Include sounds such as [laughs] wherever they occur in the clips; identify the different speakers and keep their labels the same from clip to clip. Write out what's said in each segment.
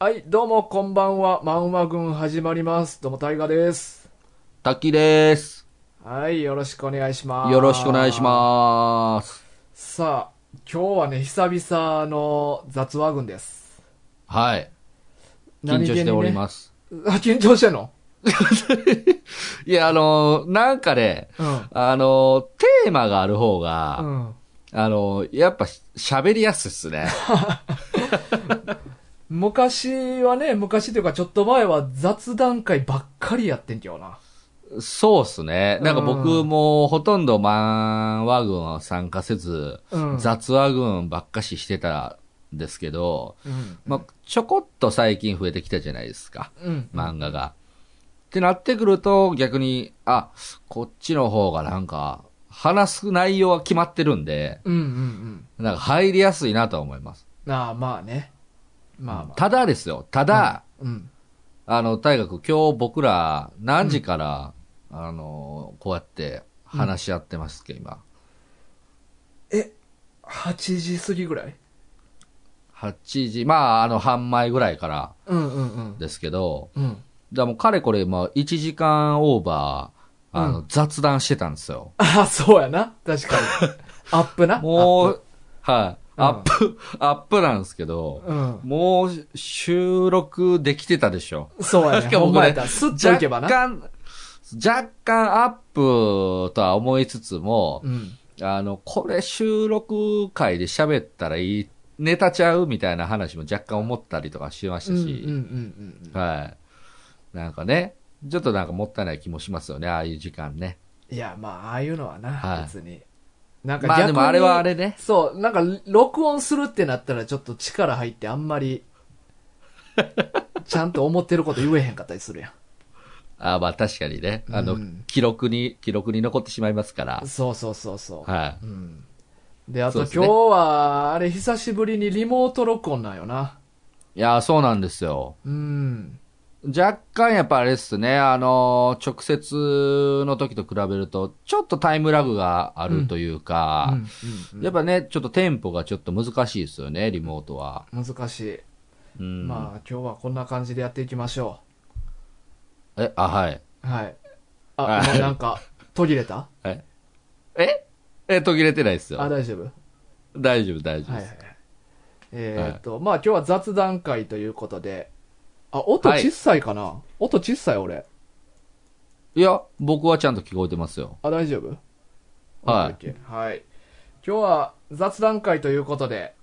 Speaker 1: はい、どうもこんばんは。マンマ軍始まります。どうも、タイガです。
Speaker 2: 滝です。
Speaker 1: はい、よろしくお願いします。
Speaker 2: よろしくお願いします。
Speaker 1: す。さあ、今日はね、久々の雑話軍です。
Speaker 2: はい。緊張しております。
Speaker 1: す。あ、 [laughs] 緊張してんの
Speaker 2: いや、あのー、なんかね、
Speaker 1: うん。
Speaker 2: あのー、テーマがある方が、
Speaker 1: うん。
Speaker 2: あのー、やっぱし喋りやすいっす
Speaker 1: [laughs]
Speaker 2: ね。
Speaker 1: 昔はね、昔というかちょっと前は雑談会ばっかりやってんけどな。
Speaker 2: そうっすね。なんか
Speaker 1: う
Speaker 2: 僕
Speaker 1: ん
Speaker 2: もほとんどマンワ軍は参加せず、
Speaker 1: うん。
Speaker 2: 雑話軍ばっかししてたんですけど、
Speaker 1: うん。
Speaker 2: まあ、ちょこっと最近増えてきたじゃないですか。
Speaker 1: うん。
Speaker 2: 漫画が。ってなってくると、逆に、あ、こっちの方がなんか、話す内容は決まってるんで、
Speaker 1: うんうんうん。
Speaker 2: なんか入りやすいなとは思います。
Speaker 1: なあ、まあね。まあまあ。
Speaker 2: ただですよ、ただ、
Speaker 1: うん。
Speaker 2: あの、大学今日僕ら何時から、あの、こうやって話し合ってますっけ、今。
Speaker 1: え、8時過ぎぐらい
Speaker 2: 8時、まあ、あの、半前ぐらいから
Speaker 1: うんうんうん。
Speaker 2: ですけど、
Speaker 1: うん。
Speaker 2: だからもうかれこれ、まあ、1時間オーバー、あの、
Speaker 1: う
Speaker 2: 雑談してたんですよ。
Speaker 1: あ、そうやな。確か
Speaker 2: [laughs]
Speaker 1: に。アップな。
Speaker 2: もう、はい、
Speaker 1: うん
Speaker 2: アップ、 [laughs] アップなんですけど、
Speaker 1: うん。
Speaker 2: もう収録できてたでしょ。
Speaker 1: そうやね。
Speaker 2: しか
Speaker 1: ほ
Speaker 2: も
Speaker 1: んま
Speaker 2: こ
Speaker 1: や
Speaker 2: れ
Speaker 1: った。スッとい
Speaker 2: 若
Speaker 1: けばな。
Speaker 2: 干、若干アップとは思いつつも
Speaker 1: う、ん。
Speaker 2: あの、これ収録会で喋ったらいい、ネタちゃうみたいな話も若干思ったりとかしまし
Speaker 1: うん
Speaker 2: た
Speaker 1: うんうん
Speaker 2: し、
Speaker 1: うん。
Speaker 2: はい。なんかね、ちょっとなんかもったいない気もしますよね、ああいう時間ね。
Speaker 1: いや、まあ、ああいうのは
Speaker 2: は
Speaker 1: な、
Speaker 2: い
Speaker 1: 別に。なんか
Speaker 2: まあでもあれはあれね。
Speaker 1: そう、なんか、録音するってなったらちょっと力入ってあんまり、ちゃんと思ってること言えへんかったりするや
Speaker 2: ああまあ確かにね、あの、
Speaker 1: うん
Speaker 2: 記録に、記録に残ってしまいますから
Speaker 1: ん。。そうそうそうそう。
Speaker 2: はい。
Speaker 1: うん。で、あ
Speaker 2: そう
Speaker 1: と
Speaker 2: ですね
Speaker 1: 今日は、あれ久しぶりにリモート録音なんよな。
Speaker 2: いやー、そうなんですよ。
Speaker 1: うん。
Speaker 2: 若干やっぱあれですね、あのー直接の時と比べると、ちょっとタイムラグがあるという
Speaker 1: う
Speaker 2: か
Speaker 1: ん、うん
Speaker 2: やっぱね、ちょっとテンポがちょっと難しいですよね、リモートは。
Speaker 1: 難しい。
Speaker 2: うん。
Speaker 1: まあ、今日はこんな感じでやっていきましょう。
Speaker 2: え、あ、はい。
Speaker 1: はい。
Speaker 2: は
Speaker 1: あ、
Speaker 2: い
Speaker 1: もうなんか、途切れた
Speaker 2: えええ、途切れてないです
Speaker 1: あ、
Speaker 2: よ。
Speaker 1: 大丈夫は
Speaker 2: 大丈夫、大
Speaker 1: い
Speaker 2: 丈夫
Speaker 1: はい
Speaker 2: で
Speaker 1: はい
Speaker 2: す。。
Speaker 1: えーっと、まあ今日は雑談会ということで、あ、音
Speaker 2: はい
Speaker 1: 小さいかな、音小さい俺。
Speaker 2: いや、僕はちゃんと聞こえてますよ。
Speaker 1: あ、大丈夫
Speaker 2: はい
Speaker 1: OK はい。今日は雑談会ということで、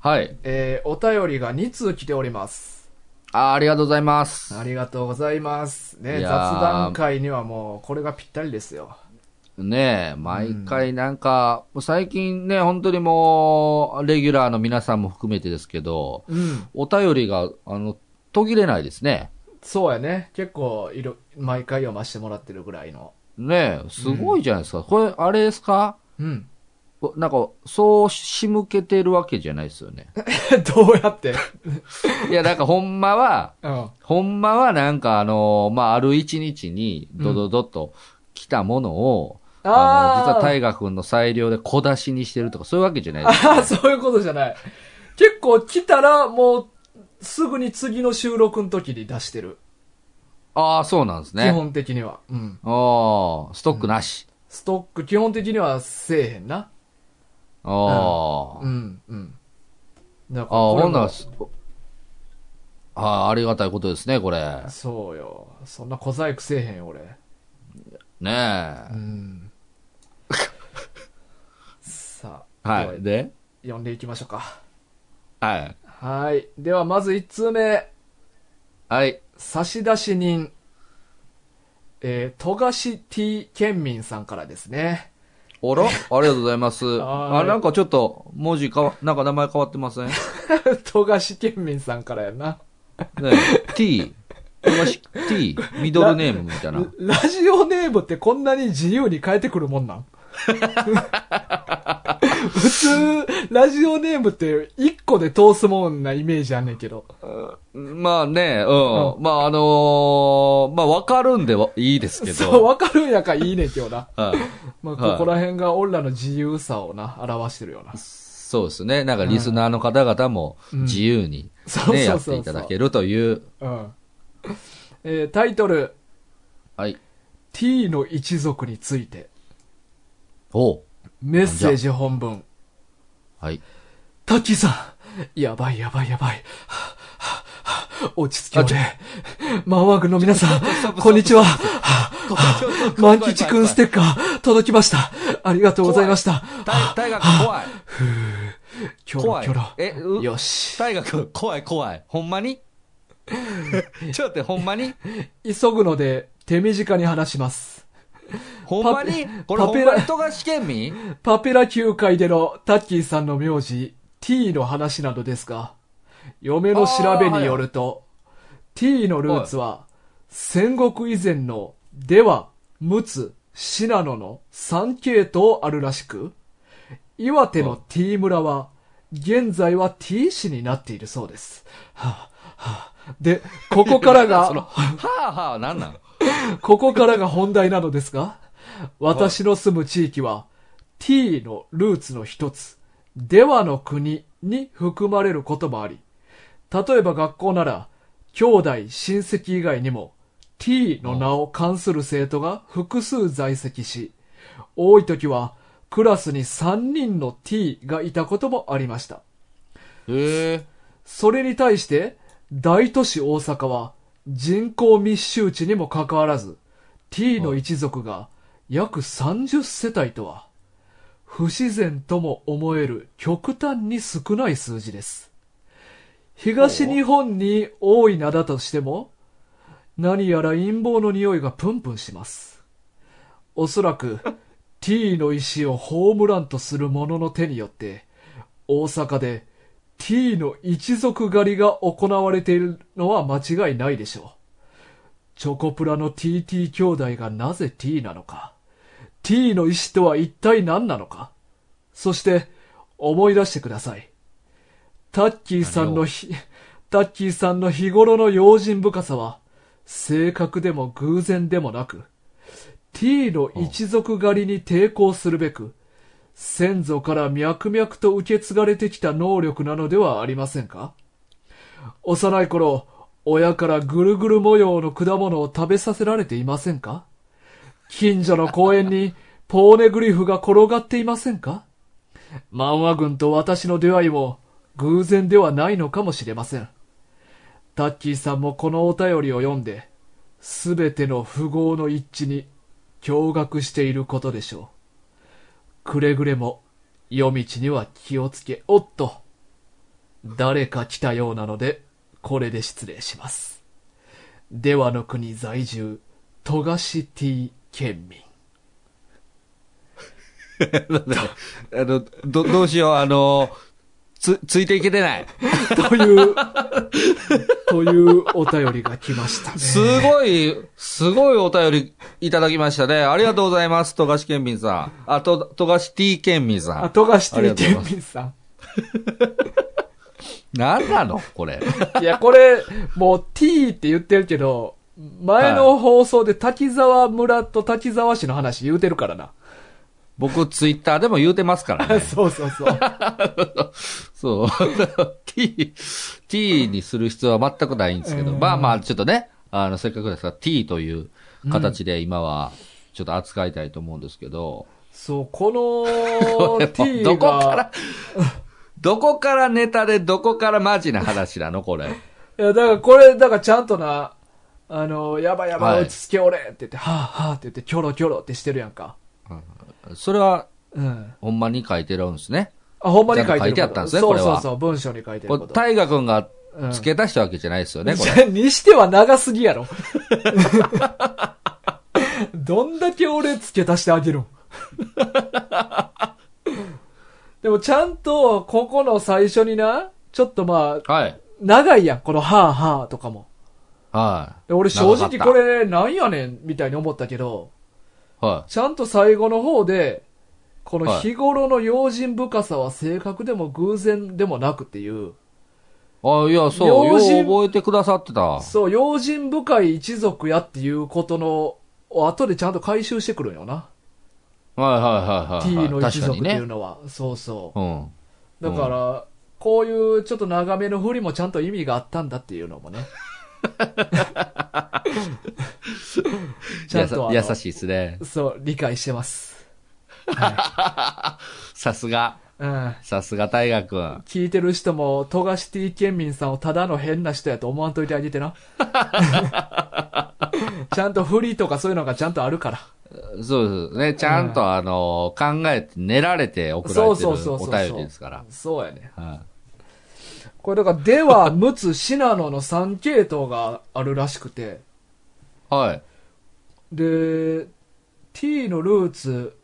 Speaker 2: はい。
Speaker 1: えー、お便りが2通来ております。
Speaker 2: あありがとうございます
Speaker 1: あ。りがとうございます。ね、雑
Speaker 2: いやー
Speaker 1: 談会にはもう、これがぴったりですよ。
Speaker 2: ねえ、毎回なんか、最近ね、本当にもう、レギュラーの皆さんも含めてですけど、
Speaker 1: うん。
Speaker 2: お便りが、あの、途切れないですね。
Speaker 1: そうやね。結構、いろ、毎回読ませてもらってるぐらいの。
Speaker 2: ねえ、すごいじゃないですか。これ、あれですか
Speaker 1: うん。
Speaker 2: おなんか、そう仕向けてるわけじゃないですよ
Speaker 1: [laughs]
Speaker 2: ね。
Speaker 1: [laughs] どうやって
Speaker 2: いや、なんかほんまは、
Speaker 1: うん。
Speaker 2: ほんまはなんかあの、まあ、ある一日に、ドドドっと来たものを、あの、実は大河君の裁量で小出しにしてるとか、そういうわけじゃないです
Speaker 1: ああ、 [laughs] そういうことじゃない。結構来たら、もう、すぐに次の収録の時に出してる。
Speaker 2: ああ、そうなんです
Speaker 1: 基
Speaker 2: ね。
Speaker 1: 本的には。うん。
Speaker 2: ああ、ストックなし。
Speaker 1: ストック、基本的にはせえへんな。
Speaker 2: ああ、
Speaker 1: うん、うん。だ
Speaker 2: ああ、
Speaker 1: これも
Speaker 2: ほんならす、ああ、ありがたいことですね、これ。
Speaker 1: そうよ。そんな小細工せえへん、俺。
Speaker 2: ね
Speaker 1: う
Speaker 2: え。
Speaker 1: ん。 [laughs] さあ、
Speaker 2: は
Speaker 1: で
Speaker 2: い。
Speaker 1: は
Speaker 2: で
Speaker 1: 読んでいきましょうか。
Speaker 2: はい。
Speaker 1: はい。では、まず1通目。
Speaker 2: はい。
Speaker 1: 差出人。えー、富樫 T 県民さんからですね。 [laughs]
Speaker 2: おろ [laughs] ありがとうございます。
Speaker 1: はーい
Speaker 2: あ、なんかちょっと、文字かわ、なんか名前変わってませんね
Speaker 1: 富樫県民さんからやな。
Speaker 2: え t、富樫 t、ミドルネームみたいな。
Speaker 1: ラジオネームってこんなに自由に変えてくるもんなん [laughs] 普通、ラジオネームって一個で通すもんなイメージあんねんけど。
Speaker 2: まあね、うん。まああのー、まあわかるんではいいです
Speaker 1: [laughs]
Speaker 2: け
Speaker 1: そう、
Speaker 2: ど。
Speaker 1: わかるんやからいいねんけどな。
Speaker 2: はい
Speaker 1: まあ、
Speaker 2: はい
Speaker 1: ここら辺が俺らの自由さをな、表してるような。
Speaker 2: そうですね。なんかリスナーの方々も
Speaker 1: うん
Speaker 2: 自由に
Speaker 1: そう
Speaker 2: ね、
Speaker 1: そ
Speaker 2: や
Speaker 1: う
Speaker 2: って
Speaker 1: そ
Speaker 2: いう
Speaker 1: そ
Speaker 2: た
Speaker 1: う。
Speaker 2: だけるという。
Speaker 1: うん。えータイトル、
Speaker 2: はい。
Speaker 1: T の一族について、
Speaker 2: おう
Speaker 1: メッセージ本文。
Speaker 2: はい。
Speaker 1: タッキーさん、やばいやばいやばい。はあはあはあ落ち着きまで。マンワーグの皆さん、こんにちは。
Speaker 2: [laughs]
Speaker 1: マン吉くんステッカー届きました。ありがとうございました。
Speaker 2: タイタイガ君怖い。
Speaker 1: キョロ
Speaker 2: [laughs] 怖
Speaker 1: キョ
Speaker 2: い
Speaker 1: ロ。。
Speaker 2: え、う
Speaker 1: よし。
Speaker 2: 大学、怖い怖い。ほんまにちょっと待って、ほんまに
Speaker 1: 急ぐので手短に話します。
Speaker 2: ほんまにこれ
Speaker 1: パ
Speaker 2: ほ
Speaker 1: ペ
Speaker 2: ん
Speaker 1: ラ
Speaker 2: まに富樫県民
Speaker 1: パペラ球界でのタッキーさんの名字、T の話などですが、嫁の調べによると、T のルーツは、戦国以前の、では、陸奥、信濃の3系統あるらしく、岩手の T 村は、現在は T 市になっているそうです。はあはあで、ここから
Speaker 2: [laughs] その
Speaker 1: が、
Speaker 2: はぁはぁ、なんなん
Speaker 1: ここからが本題なのですが、私の住む地域は、t のルーツの一つ、ではの国に含まれることもあり、例えば学校なら、兄弟、親戚以外にも、t の名を冠する生徒が複数在籍し、多い時は、クラスに3人の t がいたこともありました。
Speaker 2: へ [laughs] え。
Speaker 1: それに対して、大都市大阪は人口密集地にもかかわらず、T の一族が約30世帯とは、不自然とも思える極端に少ない数字です。東日本に多い名だとしても、何やら陰謀の匂いがプンプンします。おそらく、T の石を葬らんとする者の手によって、大阪で T の一族狩りが行われているのは間違いないでしょう。チョコプラの TT 兄弟がなぜ T なのか、T の意志とは一体何なのか、そして思い出してください。タッキーさんのひ、タッキーさんの日頃の用心深さは、正確でも偶然でもなく、T の一族狩りに抵抗するべく、先祖から脈々と受け継がれてきた能力なのではありませんか幼い頃、親からぐるぐる模様の果物を食べさせられていませんか近所の公園にポーネグリフが転がっていませんか漫画軍と私の出会いも偶然ではないのかもしれません。タッキーさんもこのお便りを読んで、すべての符号の一致に驚愕していることでしょう。くれぐれも、夜道には気をつけ、おっと。誰か来たようなので、これで失礼します。ではの国在住、富樫 T 県民。
Speaker 2: あの、ど、どうしよう、あの、つ、ついていけてない。
Speaker 1: と [laughs] いう、というお便りが来ましたね。
Speaker 2: すごい、すごいお便りいただきましたね。ありがとうございます、富樫県民さん。あと、富樫 T 県民
Speaker 1: あ、
Speaker 2: さ
Speaker 1: 富樫 T 県民さん。
Speaker 2: ん。なんなのこれ。
Speaker 1: いや、これ、もう T って言ってるけど、前の放送で滝沢村と滝沢市の話言うてるからな。
Speaker 2: 僕、ツイッターでも言うてますから
Speaker 1: [laughs]
Speaker 2: ね。
Speaker 1: そうそうそう。
Speaker 2: そう。t、t にする必要は全くないんですけど、
Speaker 1: うん
Speaker 2: まあまあ、ちょっとね、あの、せっかくですから t という形で今は、ちょっと扱いたいと思うんですけど、
Speaker 1: そう、こ [laughs] の T が、
Speaker 2: どこから、 [laughs] どこからネタで、どこからマジな話なのこれ。
Speaker 1: いや、だからこれ、だからちゃんとな、あの、やばいやば、
Speaker 2: はいい
Speaker 1: 落ち着け俺って言って、はぁはぁって言って、キョロキョロってしてるやんか。
Speaker 2: それは、
Speaker 1: うん。
Speaker 2: ほんまに書いてるんですね。
Speaker 1: あ、ほんまに書いてること。
Speaker 2: ちゃんと書いてあったんですね
Speaker 1: そう
Speaker 2: これ
Speaker 1: そう
Speaker 2: は
Speaker 1: そう、文章に書いてる
Speaker 2: こ
Speaker 1: こ
Speaker 2: れ、
Speaker 1: と。
Speaker 2: 大河君が
Speaker 1: うん
Speaker 2: 付け足したわけじゃないですよね、こ
Speaker 1: じ
Speaker 2: れ。
Speaker 1: ゃあにしては長すぎやろ。 [laughs] どんだけ俺付け足してあげるん [laughs] でもちゃんと、ここの最初にな、ちょっとまあ、
Speaker 2: はい。
Speaker 1: 長いやん、このはぁはぁとかも。
Speaker 2: は
Speaker 1: で俺正直
Speaker 2: 長かった
Speaker 1: これ、なんやねん、みたいに思ったけど、
Speaker 2: い。は
Speaker 1: ちゃんと最後の方で、この
Speaker 2: はい
Speaker 1: 日頃の用心深さは正確でも偶然でもなくっていう、
Speaker 2: い。あ、いや、そう、よ
Speaker 1: 用心
Speaker 2: う覚えてくださってた。
Speaker 1: そう、用心深い一族やっていうことの、を後でちゃんと回収してくるんよな。
Speaker 2: はいはいはいはいはい。
Speaker 1: T の一
Speaker 2: 確か
Speaker 1: 族
Speaker 2: に
Speaker 1: ってい
Speaker 2: ね
Speaker 1: う。のは。そうそ
Speaker 2: うん。
Speaker 1: う。だから、こういうちょっと長めの振りもちゃんと意味があったんだっていうのも
Speaker 2: [laughs]
Speaker 1: ね。ちゃんとあの
Speaker 2: やさ優しいですね。
Speaker 1: そう、理解してます。
Speaker 2: さすが。
Speaker 1: うん。
Speaker 2: さすが大河君。
Speaker 1: 聞いてる人も、富樫シティ県民さんをただの変な人やと思わんといてあげて [laughs] な。ちゃんとフリーとかそういうのがちゃんとあるから。
Speaker 2: そうですね。ちゃんと、あの、考えて、練られて送ら
Speaker 1: そ
Speaker 2: れ
Speaker 1: う
Speaker 2: て
Speaker 1: そうそうそ
Speaker 2: るお
Speaker 1: う。
Speaker 2: 便りですから。
Speaker 1: そうやね。
Speaker 2: は
Speaker 1: これだから、では、むつ、信濃の3系統があるらしくて、
Speaker 2: い。はい。
Speaker 1: で、t のルーツ、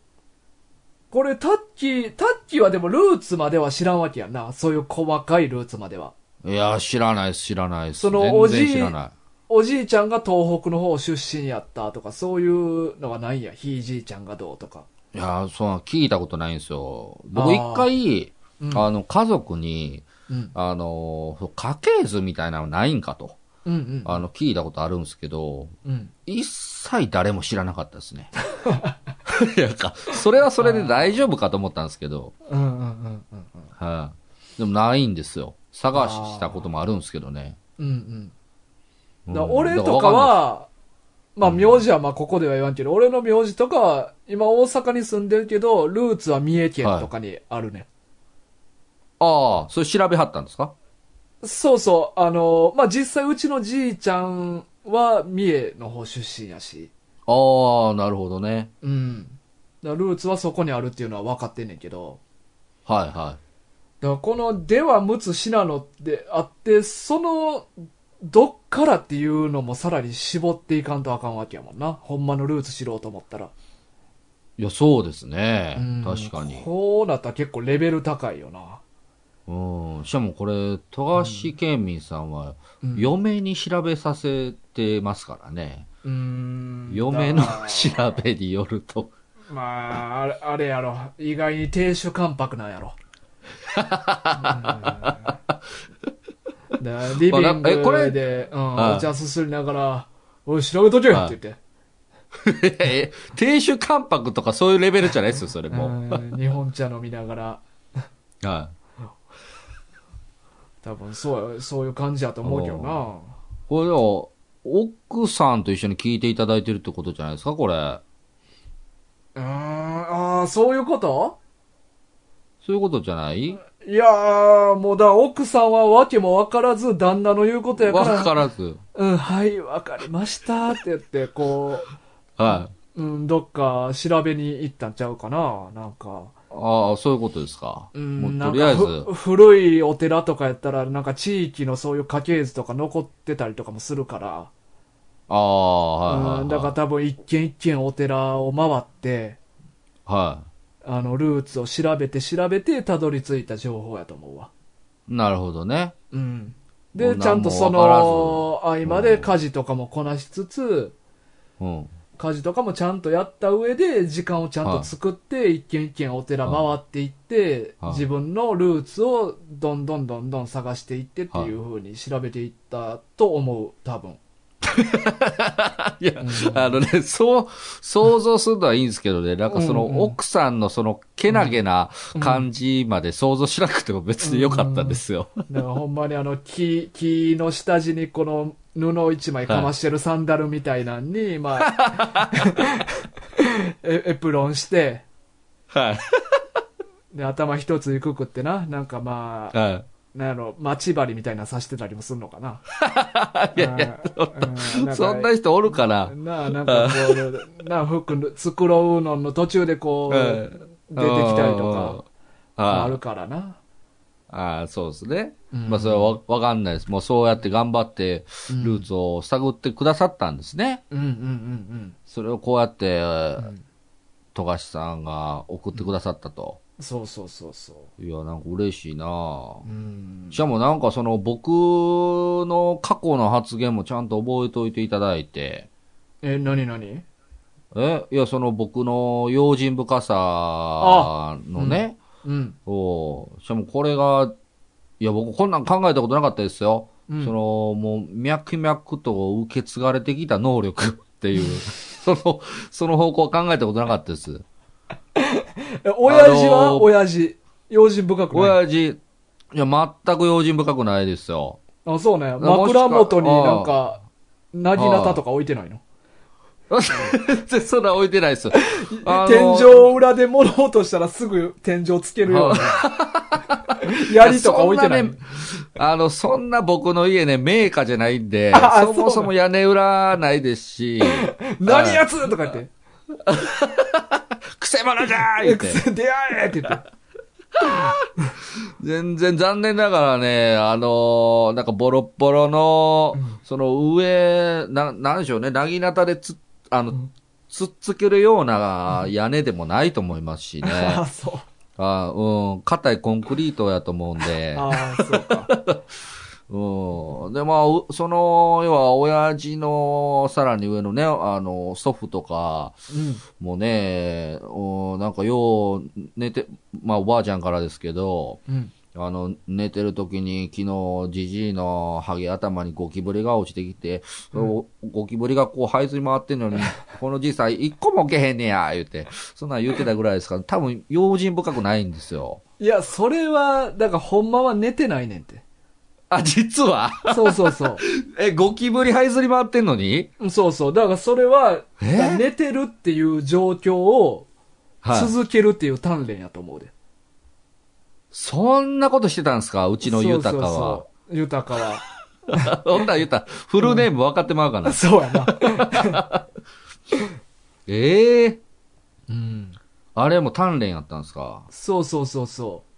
Speaker 1: これタッキー、タッキーはでもルーツまでは知らんわけやんな。そういう細かいルーツまでは。
Speaker 2: いや、知らないです、知らないです。
Speaker 1: そのおじい
Speaker 2: 全然知らな
Speaker 1: おじいちゃんが東北の方出身やったとか、そういうのはないんや。ひいじいちゃんがどうとか。
Speaker 2: い。いや、そう、聞いたことないんですよ。
Speaker 1: あ
Speaker 2: 僕
Speaker 1: ー
Speaker 2: 一回、
Speaker 1: うん
Speaker 2: あの、家族に、
Speaker 1: うん。
Speaker 2: あの、家系図みたいなのないんかと、
Speaker 1: うんうん。
Speaker 2: あの、聞いたことあるんですけど、
Speaker 1: うん。
Speaker 2: 一切誰も知らなかったで
Speaker 1: [laughs]
Speaker 2: すね。いや、か、それはそれで大丈夫かと思ったんですけど、
Speaker 1: うんうんうんうんうん。
Speaker 2: はい。でもないんですよ。探ししたこともあるんですけどね。
Speaker 1: うんうん。だ
Speaker 2: うん
Speaker 1: から俺とか、は、まあ、名字はまあ、ここでは言わんけど、俺の名字とかは、今大阪に住んでるけど、ルーツは三重県とかにあるね。
Speaker 2: ああ、それ調べはったんですか
Speaker 1: そうそう、あの、まあ、実際うちのじいちゃんは三重の方出身やし、
Speaker 2: ああ、なるほどね。
Speaker 1: うん。だからルーツはそこにあるっていうのは分かってんねんけど、
Speaker 2: はい
Speaker 1: だ
Speaker 2: は
Speaker 1: からこの、では、むつ、信濃ってあって、その、どっからっていうのもさらに絞っていかんとあかんわけやもんな。ほんまのルーツ知ろうと思ったら。
Speaker 2: い。いや、そうですね
Speaker 1: うん。
Speaker 2: 確かに。
Speaker 1: こうなったら結構レベル高いよな。
Speaker 2: うん。しかもこれ、富樫県民さんは、
Speaker 1: うん
Speaker 2: 嫁に調べさせてますからね。
Speaker 1: うーん。
Speaker 2: 嫁の
Speaker 1: だから
Speaker 2: 調べによると。 [laughs]
Speaker 1: まあ、あれあれやろ。意外に亭主関白なんやろ。
Speaker 2: [laughs]
Speaker 1: うんでリビン
Speaker 2: あなえこ
Speaker 1: グ
Speaker 2: れ
Speaker 1: で、うん、
Speaker 2: ああ
Speaker 1: お茶すすりながら、おい、調べとけよって言って。
Speaker 2: え、亭主関白とかそういうレベルじゃないですよ、それも。
Speaker 1: うん日本茶飲みながら、
Speaker 2: はい。
Speaker 1: 多分そうや、そういう感じやと思うけどな。
Speaker 2: これでも、奥さんと一緒に聞いていただいてるってことじゃないですか、こ
Speaker 1: う
Speaker 2: れ。
Speaker 1: ーん、ああ、そういうこと
Speaker 2: そういうことじゃない
Speaker 1: いやー、もうだ、奥さんは訳も分からず、旦那の言うことやか
Speaker 2: わ
Speaker 1: ら、
Speaker 2: からず。
Speaker 1: うん、はい、わかりましたって言って、こ
Speaker 2: はい。
Speaker 1: う、うん、どっか調べに行ったんちゃうかな、なんか。
Speaker 2: ああ、そういうことですか。
Speaker 1: うん、
Speaker 2: も
Speaker 1: な
Speaker 2: うんとりあ
Speaker 1: か
Speaker 2: えず。
Speaker 1: ふ古いお寺とかやったら、なんか地域のそういう家系図とか残ってたりとかもするから、
Speaker 2: ああ、はいはい、は
Speaker 1: う
Speaker 2: い。
Speaker 1: ん、だから多分一軒一軒お寺を回って、
Speaker 2: は
Speaker 1: あの、ルーツを調べて調べて、たどり着いた情報やと思うわ。
Speaker 2: い。なるほどね。
Speaker 1: うん。
Speaker 2: も
Speaker 1: で、
Speaker 2: う
Speaker 1: ちゃんとそ
Speaker 2: 何
Speaker 1: の
Speaker 2: も
Speaker 1: 合間で家事とかもこなしつつ、
Speaker 2: うん。
Speaker 1: 家事とかもちゃんとやった上で、時間をちゃんと作って、一軒一軒お寺回っていって、
Speaker 2: はい
Speaker 1: 自分のルーツをどんどんどんどん探していってっていう風に調べていったと思う、多分。
Speaker 2: [laughs] いや、あのね、そう、想像するのはいいんですけどね、なんかそ
Speaker 1: うんうん
Speaker 2: の奥さんのそのけなげな感じまで想像しなくても別に良かったんですよ。
Speaker 1: だからほんまにあの、木、 [laughs] 木の下地にこの布一枚かましてるサンダルみたいなんに、まあ、
Speaker 2: [laughs]
Speaker 1: エエプロンして、
Speaker 2: はい。
Speaker 1: で、頭一つ低くってな、なんかまあ、
Speaker 2: はい。
Speaker 1: なんやろ、待ち針みたいなの刺してたりもするのかな。
Speaker 2: [laughs] いやいや
Speaker 1: うんう
Speaker 2: そんな人おるから。
Speaker 1: なあ、なんか
Speaker 2: [laughs]
Speaker 1: こう、なあ、服作ろうのの途中でこ
Speaker 2: うん
Speaker 1: う、出てきたりと
Speaker 2: か
Speaker 1: か、あるからな。
Speaker 2: ああ、そうですね。
Speaker 1: うん
Speaker 2: まあ、それはわわかんないです。もうそうやって頑張って、ルーツを探ってくださったんですね。
Speaker 1: うんうんうん
Speaker 2: それをこうやって、
Speaker 1: ん
Speaker 2: 富樫さんが送ってくださったと。
Speaker 1: うん。そうそうそうそ
Speaker 2: いや、なんか嬉しいなぁ
Speaker 1: う。うん
Speaker 2: し。かもなんかその僕の過去の発言もちゃんと覚えておいていただいて、
Speaker 1: え、なになに
Speaker 2: えいや、その僕の用心深さのね、
Speaker 1: うん。
Speaker 2: おうしかもこれが、いや、僕こんなん考えたことなかったですよ。
Speaker 1: うん
Speaker 2: その、もう、脈々と受け継がれてきた能力 [laughs] っていう、その、その方向は考えたことなかったです。
Speaker 1: え、親父
Speaker 2: あの
Speaker 1: は
Speaker 2: ー
Speaker 1: 親父。用心深くない。
Speaker 2: 親父、いや、全く用心深くないですよ。 [laughs]
Speaker 1: あ、そうね。
Speaker 2: もしか
Speaker 1: 枕元になんか、なぎなたとか置いてないの
Speaker 2: 全然そんな置いてないです。あの
Speaker 1: 天井裏で物落としたらすぐ天井つけるような。 [laughs] 槍とか置いてない
Speaker 2: や
Speaker 1: い
Speaker 2: そんねあの、そんな僕の家ね、名家じゃないん
Speaker 1: [laughs]
Speaker 2: で
Speaker 1: あ、
Speaker 2: そもそも屋根裏ないですし、
Speaker 1: 何やつとか言って。 [laughs]
Speaker 2: くせ者じゃー言
Speaker 1: え
Speaker 2: っ
Speaker 1: く
Speaker 2: て。
Speaker 1: せ出会えって言って。
Speaker 2: 全然残念ながらね、あのーなんかボロッボロの、その上、な、なんでしょうね、なぎなたでつ、あの、つっつけるような屋根でもないと思います
Speaker 1: [laughs]
Speaker 2: しね。
Speaker 1: あ、そう。
Speaker 2: あうん、硬いコンクリートやと思うんで。
Speaker 1: ああ、そうか。
Speaker 2: うん。で、まあ、うその、要は、親父の、さらに上のね、あの、祖父とか
Speaker 1: うん。
Speaker 2: もね、うん、なんか、よう、寝て、まあ、おばあちゃんからですけど、
Speaker 1: うん。
Speaker 2: あの、寝てる時に、昨日、じじいのハゲ頭にゴキブリが落ちてきて、おゴキブリがこう、這いずり回ってんのに、 [laughs] このじいさん、一個も置けへんねや、言うて、そんなん言うてたぐらいですから、多分、用心深くないんですよ。
Speaker 1: いや、それは、だからほんまは寝てないねんって。
Speaker 2: あ、実は
Speaker 1: そうそうそう。
Speaker 2: え、ゴキブリ這いずり回ってんのに
Speaker 1: そうそう。だからそれは、
Speaker 2: え
Speaker 1: だから寝てるっていう状況を続けるっていう鍛錬やと思うで。
Speaker 2: そんなことしてたんですかうちの豊か
Speaker 1: そう
Speaker 2: は。
Speaker 1: そうそう。豊かは。
Speaker 2: そんなん言ったらフルネーム分かってまうか
Speaker 1: [laughs]
Speaker 2: な。
Speaker 1: そうやな。
Speaker 2: ええ
Speaker 1: うん。
Speaker 2: あれも鍛錬やったんですか
Speaker 1: そうそうそうそう。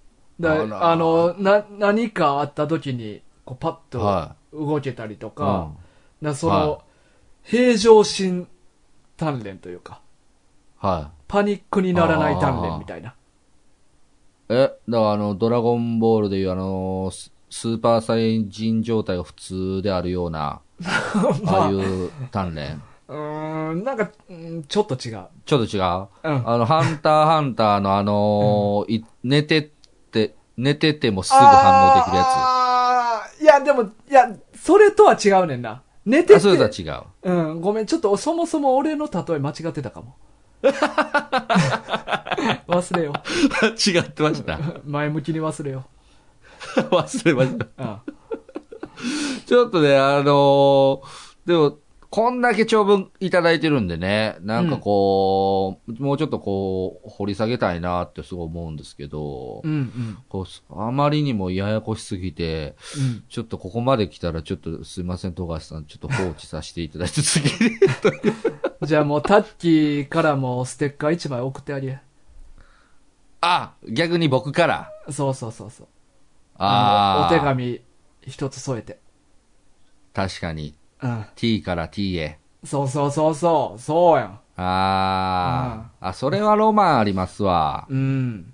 Speaker 1: だ
Speaker 2: あ
Speaker 1: から
Speaker 2: ら
Speaker 1: あの、な、何かあった時に、こうパッと
Speaker 2: は
Speaker 1: 動けたりとか、
Speaker 2: うん
Speaker 1: だからその、
Speaker 2: は
Speaker 1: 平常心鍛錬というか、
Speaker 2: は
Speaker 1: パニックにならない鍛錬みたいな。
Speaker 2: い。え、だからあの、ドラゴンボールでいうあの、ススーパーサイジン状態が普通であるよう [laughs] な、ああいう鍛錬。
Speaker 1: うーん、なんか、うんちょっと違う。
Speaker 2: ちょっと違うあ
Speaker 1: うん。
Speaker 2: の、ハンターハンターのあのい寝てって、寝ててもす
Speaker 1: す
Speaker 2: ぐ反応できるやつ。あ
Speaker 1: やつ。いや、でも、いや、それとは違うねんな。寝てて。
Speaker 2: そういうのは違う。
Speaker 1: うん、ごめん、ちょっとそもそも俺の例え間違ってたかも。 [laughs] 忘れよう。
Speaker 2: [laughs] 違ってました。
Speaker 1: 前向きに忘れよ
Speaker 2: 忘れました。
Speaker 1: う。うん。
Speaker 2: ちょっとね、あのーでも、こんだけ長文いただいてるんでね、なんかこう、もうちょっとこう、掘り下げたいなってすごい思うんですけど、
Speaker 1: うんうん。
Speaker 2: こうあまりにもややこしすぎて、
Speaker 1: うん。
Speaker 2: ちょっとここまで来たらちょっとすいません、富樫さん、ちょっと放置させていただいて次に。
Speaker 1: じゃあもうタッキーからもステッカー1枚送ってあげ。
Speaker 2: [laughs] あ逆に僕から。
Speaker 1: そうそうそうそう。
Speaker 2: あ
Speaker 1: のお手
Speaker 2: あ、
Speaker 1: 紙一つ添えて。
Speaker 2: 確かに。
Speaker 1: うん。
Speaker 2: t から t へ。
Speaker 1: そうそうそうそう。そうやん。
Speaker 2: ああ、あ、それはロマンありますわ。
Speaker 1: うん。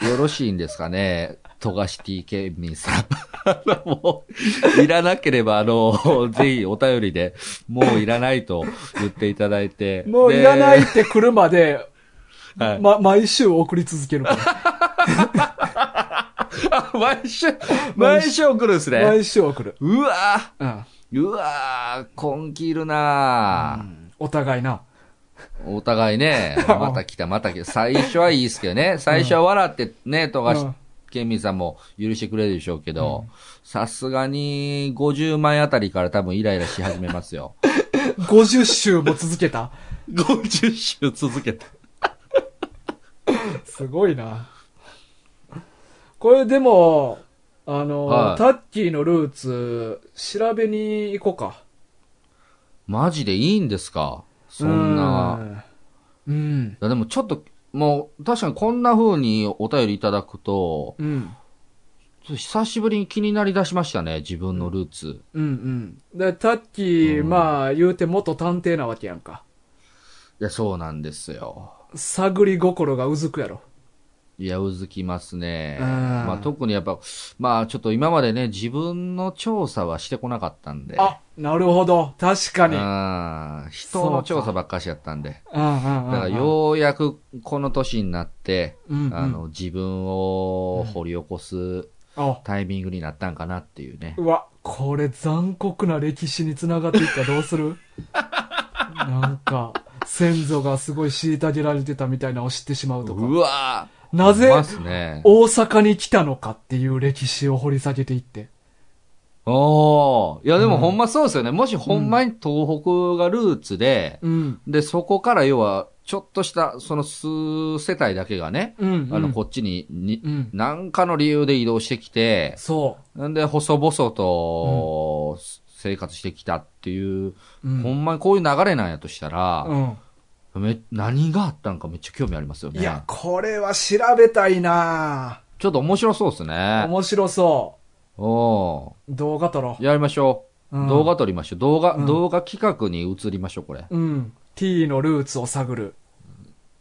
Speaker 2: よろしいんですかね富樫 TK 民さん。 [laughs] あの、もう、いらなければ、あの、ぜひお便りで、もういらないと言っていただいて。
Speaker 1: もう
Speaker 2: で
Speaker 1: いらないっ。て来るまで、
Speaker 2: [laughs] はい
Speaker 1: ま、毎週送り続けるから。
Speaker 2: あ [laughs] 毎週、毎週送るんですね。
Speaker 1: 毎週送る。
Speaker 2: うわ
Speaker 1: うん。
Speaker 2: ーうわー根気いるな
Speaker 1: お互いな。
Speaker 2: ーお互
Speaker 1: [laughs]
Speaker 2: いね、また来た、また来た。最初はいいですけどね。最初は笑ってね、富
Speaker 1: う
Speaker 2: 樫
Speaker 1: ん
Speaker 2: 県民さんも許してくれるでしょうけど、さすがに50万円あたりから多分イライラし始めま
Speaker 1: [laughs]
Speaker 2: すよ。
Speaker 1: 50週も続け
Speaker 2: [laughs]
Speaker 1: た。
Speaker 2: 50週続けた。
Speaker 1: すごいな。これでも、あの、
Speaker 2: はい
Speaker 1: タッキーのルーツ、調べに行こうか。
Speaker 2: マジでいいんですかそんな。
Speaker 1: うん。うん
Speaker 2: いやでもちょっと、もう確かにこんな風にお便りいただくと、
Speaker 1: うん。
Speaker 2: ちょっと久しぶりに気になりだしましたね、自分のルーツ。
Speaker 1: うんうん。で、タッキー、
Speaker 2: うん
Speaker 1: まあ、言うて元探偵なわけやんか。
Speaker 2: いや、そうなんですよ。
Speaker 1: 探り心がうずくやろ。
Speaker 2: いや、うずきますね。
Speaker 1: うん
Speaker 2: まあ特にやっぱ、まあちょっと今までね、自分の調査はしてこなかったんで。
Speaker 1: あ、なるほど。確かに。うん
Speaker 2: うん人の調査ばっかしやったんで。
Speaker 1: うんうん。
Speaker 2: だからようやくこの年になって、
Speaker 1: うんうん、
Speaker 2: あの、自分を掘り起こす
Speaker 1: あ
Speaker 2: タイミングになったんかなっていうね。
Speaker 1: うわ、これ残酷な歴史につながっていったらどうす
Speaker 2: [laughs]
Speaker 1: るなんか、先祖がすごい虐げられてたみたいなのを知ってしまうとか。
Speaker 2: うわ
Speaker 1: なぜ
Speaker 2: ますね。
Speaker 1: 大阪に来たのかっていう歴史を掘り下げていって。
Speaker 2: おーいやで
Speaker 1: う
Speaker 2: も
Speaker 1: ん
Speaker 2: ほんまそうですよね。もしほんまに東北がルーツで、
Speaker 1: うん。
Speaker 2: で、そこから要は、ちょっとした、その数世帯だけがね、
Speaker 1: うん、うん。
Speaker 2: あの、こっちに、に、
Speaker 1: うん。
Speaker 2: なんかの理由で移動してきて、
Speaker 1: そ
Speaker 2: なんで、細々と、生活してきたっていう、
Speaker 1: う。うん。
Speaker 2: ほんまにこういう流れなんやとした
Speaker 1: う
Speaker 2: ら、
Speaker 1: ん。
Speaker 2: め、何があったんかめっちゃ興味ありますよね。
Speaker 1: いや、これは調べたいな
Speaker 2: ちょっと面白そうです
Speaker 1: ぁ
Speaker 2: ね。
Speaker 1: 面白そう。
Speaker 2: お
Speaker 1: 動画撮ろ
Speaker 2: ーやりましょ
Speaker 1: う。
Speaker 2: う。
Speaker 1: うん
Speaker 2: 動画撮りましょう。動画、
Speaker 1: うん
Speaker 2: 動画企画に移りましょう、これ。
Speaker 1: うん。t のルーツを探る。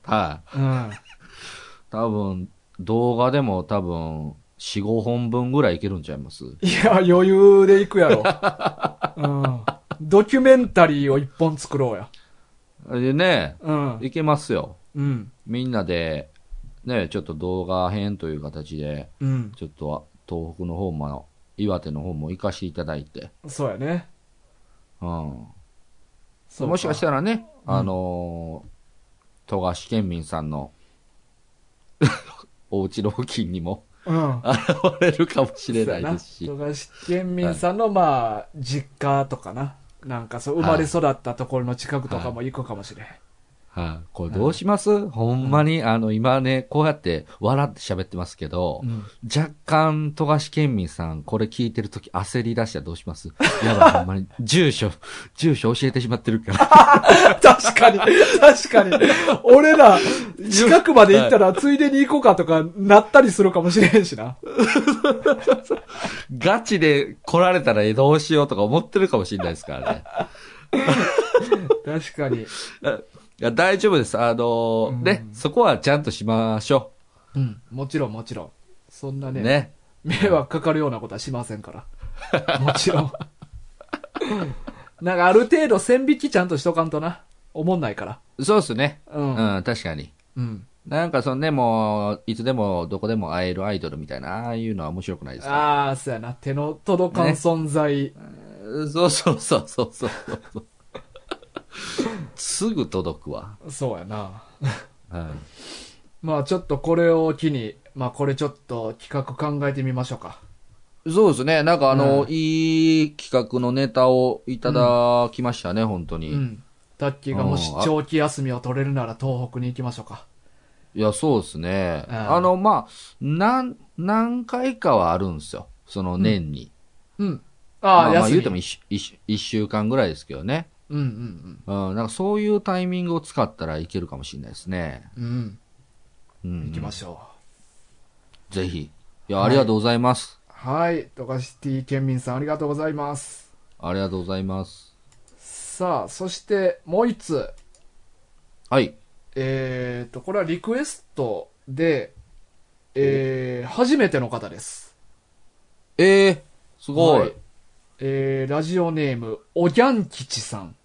Speaker 2: はい。
Speaker 1: うん。
Speaker 2: 多分、動画でも多分、4、5本分ぐらいいけるんちゃいます
Speaker 1: いや、余裕で行くやろ。うん。ドキュメンタリーを一本作ろうや。
Speaker 2: でね、
Speaker 1: うん。
Speaker 2: いけますよ。
Speaker 1: うん。
Speaker 2: みんなで、ね、ちょっと動画編という形で、
Speaker 1: うん。
Speaker 2: ちょっと東北の方も、岩手の方も行かしていただいて、
Speaker 1: そうやね。
Speaker 2: うん。
Speaker 1: そう
Speaker 2: もしかした
Speaker 1: ら。
Speaker 2: らね、
Speaker 1: うん
Speaker 2: あのー、富樫県民さんの、おうち老金にも [laughs]
Speaker 1: うん。
Speaker 2: 現れるかもしれないですし
Speaker 1: そう。やな富樫県民さんの、まあ、実家とかな。なんかそう、生まれ育ったところの近くとかも行くかもしれん。
Speaker 2: はい、これどうします、ほんまに、あの、今ね、こうやって笑って喋ってますけど、
Speaker 1: うん
Speaker 2: 若干、富樫県民さん、これ聞いてるとき焦り出したらどうします [laughs] やばい、ほんまに。住所、 [laughs] 住所教えてしまってるから。 [laughs]
Speaker 1: 確かに、確かに。俺ら、近くまで行ったら、ついでに行こうかとか、なったりするかもしれんしな。
Speaker 2: ガチで来られたらえどうしようとか思ってるかもしれないですからね。
Speaker 1: 確かに。
Speaker 2: [laughs] いや、大丈夫です。あの
Speaker 1: うん
Speaker 2: ね、そこはちゃんとしましょ
Speaker 1: うん。もちろん、もちろん。そんな
Speaker 2: う。
Speaker 1: ね、
Speaker 2: ね。
Speaker 1: 迷惑かかるようなことはしませんから。もちろん。なんか、ある程度線引きちゃんとしとかんとな。思んないから。
Speaker 2: そうですね。
Speaker 1: う。
Speaker 2: うんん、確かに。
Speaker 1: うん。
Speaker 2: なんかそのね、もう、いつでも、どこでも会えるアイドルみたいな、ああいうのは面白くないですから
Speaker 1: ああ、そうやな。手の届かん
Speaker 2: ね
Speaker 1: 存在。
Speaker 2: そうそうそうそうそうそう。 [laughs] すぐ届くわ。
Speaker 1: そうやな。
Speaker 2: は
Speaker 1: まあ、ちょっとこれを機に、まあ、これちょっと企画考えてみましょうか。
Speaker 2: い。そうですね。なんかあの、
Speaker 1: うん
Speaker 2: いい企画のネタをいただきましたね、本当に。
Speaker 1: うん。タッキーがもし
Speaker 2: うんあ
Speaker 1: 長期休みを取れるなら東北に行きましょうか。
Speaker 2: いや、そうですね。
Speaker 1: うん
Speaker 2: あの、まあ、なん、何回かはあるんですよ。その年に。
Speaker 1: うん。あ
Speaker 2: ま
Speaker 1: あ、
Speaker 2: あ、まあ
Speaker 1: 休み。
Speaker 2: 言うても一週一週一週間ぐらいですけどね。
Speaker 1: うんうん
Speaker 2: うん、なんかそういうタイミングを使ったらいけるかもしれないですね。
Speaker 1: うん。うん。
Speaker 2: うん。
Speaker 1: 行きましょ
Speaker 2: ぜひ。いや、ありがとうございます。
Speaker 1: う。はい。トカシティ県民さんありがとうございます。
Speaker 2: ありがとうございます。
Speaker 1: さあ、そしてもう一つ。
Speaker 2: はい。
Speaker 1: えっ、と、これはリクエストで、えー、初めての方です。
Speaker 2: ええすごい。
Speaker 1: はいえー、ラジオネーム、おぎゃんきちさん。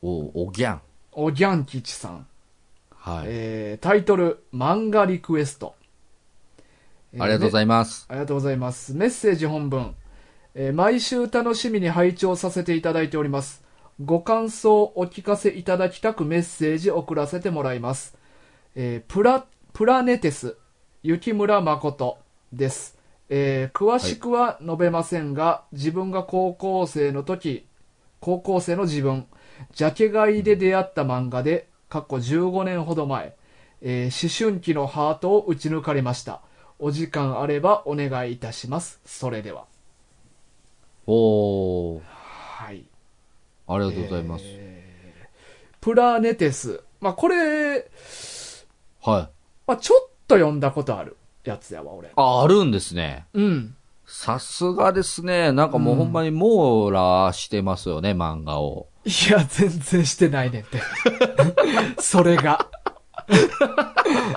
Speaker 2: お、おぎゃん。
Speaker 1: おぎゃんきちさん。
Speaker 2: はい。
Speaker 1: えー、タイトル、漫画リクエスト。えー
Speaker 2: ありがとうございます。
Speaker 1: ありがとうございます。メッセージ本文。えー毎週楽しみに拝聴させていただいております。ご感想をお聞かせいただきたくメッセージ送らせてもらいます。えープラ、プラネテス、雪村誠です。えー詳しくは述べませんが、自分が高校生の時、高校生の自分、ジャケ買いで出会った漫画で、過去15年ほど前、えー思春期のハートを打ち抜かれました。お時間あればお願いいたします。それでは。
Speaker 2: おー、
Speaker 1: はい。
Speaker 2: あり
Speaker 1: あ
Speaker 2: がとうございます。
Speaker 1: プラネテス。まあ、これ、
Speaker 2: はい。
Speaker 1: まあ、ちょっと読んだことあるやつやわ、俺。
Speaker 2: あ、あるんですね。
Speaker 1: うん。
Speaker 2: さすがですね。なんかもうほんまに網羅してますよね、漫画を。
Speaker 1: いや、全然してないねん
Speaker 2: [laughs]
Speaker 1: て。それが。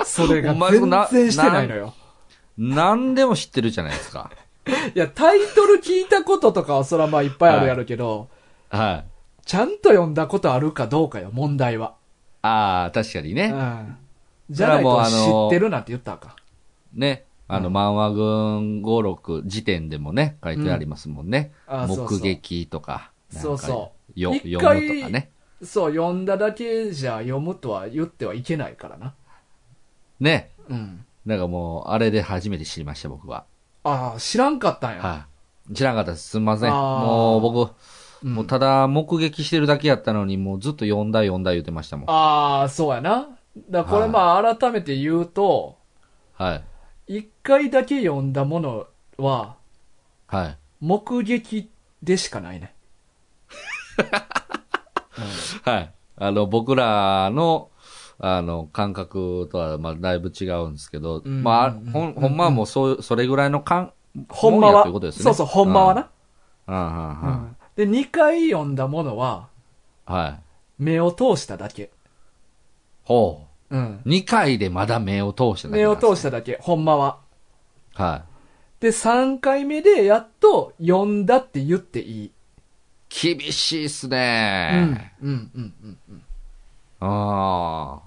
Speaker 1: それが
Speaker 2: お前そ
Speaker 1: 全
Speaker 2: んな
Speaker 1: 然してないのよ。
Speaker 2: 何でも知ってるじゃないで
Speaker 1: [laughs]
Speaker 2: すか。
Speaker 1: いや、タイトル聞いたこととかはそらまあいっぱいあるやるけど、
Speaker 2: はい。
Speaker 1: ちゃんと読んだことあるかどうかよ、問題は。
Speaker 2: ああ、確かに
Speaker 1: う
Speaker 2: ね。
Speaker 1: ん。じゃないと
Speaker 2: それはもうあ
Speaker 1: 知
Speaker 2: の
Speaker 1: ってるなんて言ったらあかん。
Speaker 2: ね。あの、
Speaker 1: うん
Speaker 2: 漫画軍5、6時点でもね、書いてありますもんね。
Speaker 1: あーそうそう
Speaker 2: 目撃とか。なんか
Speaker 1: そうそ
Speaker 2: よ、
Speaker 1: 一
Speaker 2: 読む
Speaker 1: 回
Speaker 2: とかね。
Speaker 1: そう、読んだだけじゃ読むとは言ってはいけないからな。
Speaker 2: ね。
Speaker 1: うん。
Speaker 2: なんかもう、あれで初めて知りました、僕は。
Speaker 1: ああ、知らんかったんや。
Speaker 2: はい。知らなかったです。すみません。
Speaker 1: あー
Speaker 2: もう僕、
Speaker 1: うん
Speaker 2: もうただ目撃してるだけやったのに、もうずっと呼んだ呼んだ言ってましたもん。
Speaker 1: ああ、そうやな。だからこれ
Speaker 2: はい
Speaker 1: まあ改めて言うと、
Speaker 2: はい。
Speaker 1: 一回だけ読んだものは、
Speaker 2: はい。
Speaker 1: 目撃でしか
Speaker 2: [laughs]
Speaker 1: ないね。
Speaker 2: はい。あの、僕らの、あの、感覚とは、まあ、だいぶ違うんですけど、
Speaker 1: うん
Speaker 2: まあ、
Speaker 1: うん
Speaker 2: ほん、ほんまはもう、そう、それぐらいの感、
Speaker 1: ほんま
Speaker 2: もや
Speaker 1: は、
Speaker 2: ということですね
Speaker 1: そうそう、ほんまはな。
Speaker 2: うん、うん、
Speaker 1: う
Speaker 2: うん
Speaker 1: んで、二回読んだものは、
Speaker 2: はい。
Speaker 1: 目を通しただけ。
Speaker 2: ほ
Speaker 1: うん。
Speaker 2: う。2回でまだ目を通して。
Speaker 1: 目を通したただけ、ほんまは。
Speaker 2: はい。
Speaker 1: で、三回目でやっと読んだって言っていい。
Speaker 2: 厳しいっす
Speaker 1: うん。
Speaker 2: ね。
Speaker 1: うん、うん、うんうん。
Speaker 2: あ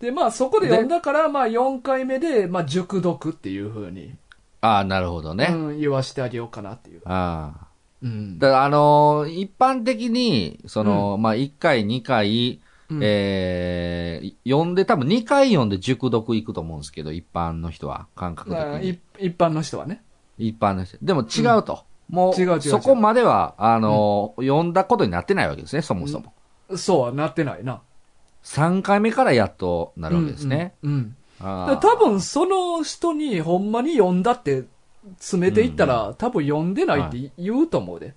Speaker 1: で、まあそこで読んだから、まあ四回目で、まあ熟読っていう風に、
Speaker 2: あ。ああ、なるほどね。
Speaker 1: うん、言わしてあげようかなっていう。
Speaker 2: ああ。
Speaker 1: うん。
Speaker 2: だから、あのー一般的に、その、まあ、1回、2回、
Speaker 1: うん
Speaker 2: えー読んで、多分2回読んで熟読いくと思うんですけど、一般の人は、感覚的
Speaker 1: まあ
Speaker 2: に
Speaker 1: 一。一般の人はね。
Speaker 2: 一般の人。でも違うと。もう
Speaker 1: 違う違う違う
Speaker 2: そこまでは、あのー読んだことになってないわけですね、そもそも。
Speaker 1: そうはなってないな。
Speaker 2: 3回目からやっとなるわけですね。
Speaker 1: うん。うん
Speaker 2: あ
Speaker 1: だ
Speaker 2: あ
Speaker 1: から多分その人にほんまに読んだって詰めていったら、多分読んでないって言うと思うで。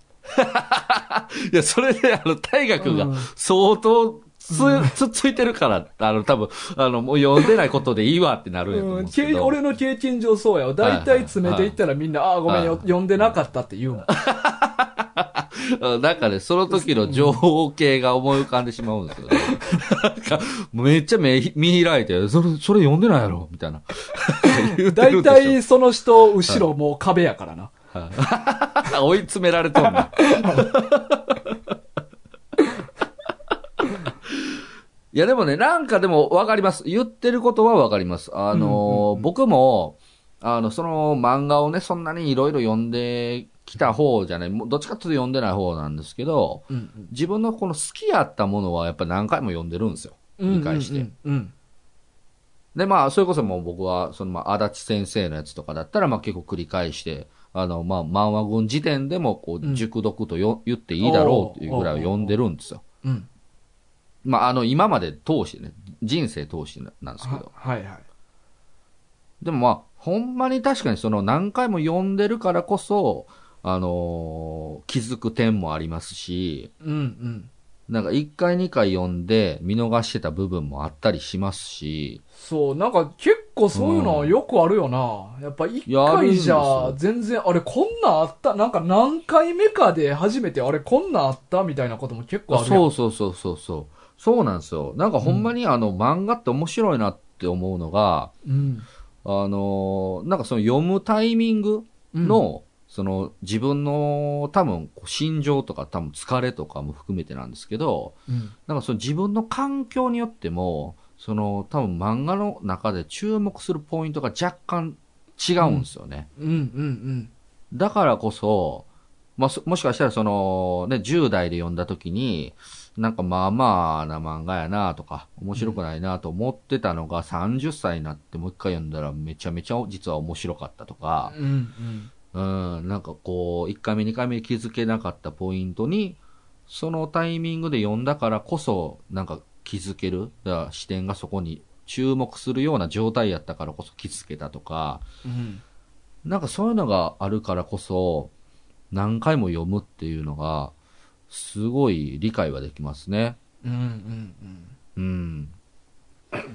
Speaker 2: いや、それで、あの、大河君が
Speaker 1: うん
Speaker 2: 相当つ、つっついてるから、あの、多分、あの、もう読んでないことでいいわってなるんやと思
Speaker 1: う
Speaker 2: うん
Speaker 1: ん、
Speaker 2: ですけ
Speaker 1: け
Speaker 2: ど。
Speaker 1: 俺の経験上そうやわ。大体詰めていったらみんな、ああー、ごめんよ、
Speaker 2: はい
Speaker 1: 読んでなかったって言うもん。
Speaker 2: うんなんかね、その時の情報系が思い浮かんでしまうんですよね。なんか、めっちゃ目ひ見開いて、それ、それ読んでないやろみたいな。 [laughs] 言うて
Speaker 1: [laughs] 大
Speaker 2: るんでしょ
Speaker 1: 体その人、後ろもう壁やからな。
Speaker 2: はい追い詰められとん
Speaker 1: [laughs]
Speaker 2: な。いやでもね、なんかでもわかります。言ってることはわかります。あのー、僕も、あの、その漫画をね、そんなにいろいろ読んできた方じゃない、もうどっちかというと読んでない方なんですけど、
Speaker 1: うん。
Speaker 2: 自分のこの好きやったものはやっぱ何回も読んでるんですよ。
Speaker 1: うん
Speaker 2: 理解して。。
Speaker 1: うん。
Speaker 2: で、まあ、それこそもう僕は、その、まあ、足立先生のやつとかだったら、まあ、結構繰り返して、あの、まあ、漫画軍時点でも、こ
Speaker 1: うん
Speaker 2: う、熟読とよ、言っていいだろうっていうぐらいは読んでるんですよ。
Speaker 1: うん。
Speaker 2: まあ、あの、今まで通してね、人生通してなんですけ
Speaker 1: は
Speaker 2: ど。
Speaker 1: はいはい。
Speaker 2: でもまあ、ほんまに確かにその、何回も読んでるからこそ、あのー気づく点もありますし、
Speaker 1: うんうん。
Speaker 2: なんか一回二回読んで見逃してた部分もあったりしますし、
Speaker 1: そう、なんか結構そういうのはよくあるよな。やっぱ一
Speaker 2: やるん
Speaker 1: 回
Speaker 2: です
Speaker 1: じゃ
Speaker 2: よ
Speaker 1: 全然、あれこんなんあった、なんか何回目かで初めてあれこんなんあったみたいなことも結構あるやん
Speaker 2: そうそうそうそうそう。そうなんですよ。なんかほんまにあの、漫画って面白いなって思うのが、
Speaker 1: うん。
Speaker 2: あのーなんかその読むタイミングの、その自分の多分こう心情とか多分疲れとかも含めてなんですけど、
Speaker 1: うん。
Speaker 2: なんかその自分の環境によっても、その多分漫画の中で注目するポイントが若干違うんですよね。
Speaker 1: うんうんうん。
Speaker 2: だからこそ、まあ、そもしかしたらその、ね、10代で読んだ時に、なんかまあまあな漫画やなとか、面白くないなと思ってたのが、30歳になってもう一回読んだらめちゃめちゃ実は面白かったとか、
Speaker 1: うんうん。
Speaker 2: うん、なんかこう、1回目2回目気づけなかったポイントに、そのタイミングで読んだからこそ、なんか気づける、だから視点がそこに注目するような状態やったからこそ気づけたとか、
Speaker 1: うん。
Speaker 2: なんかそういうのがあるからこそ、何回も読むっていうのが、すごい理解はできますね。
Speaker 1: うんうんうん。
Speaker 2: うん。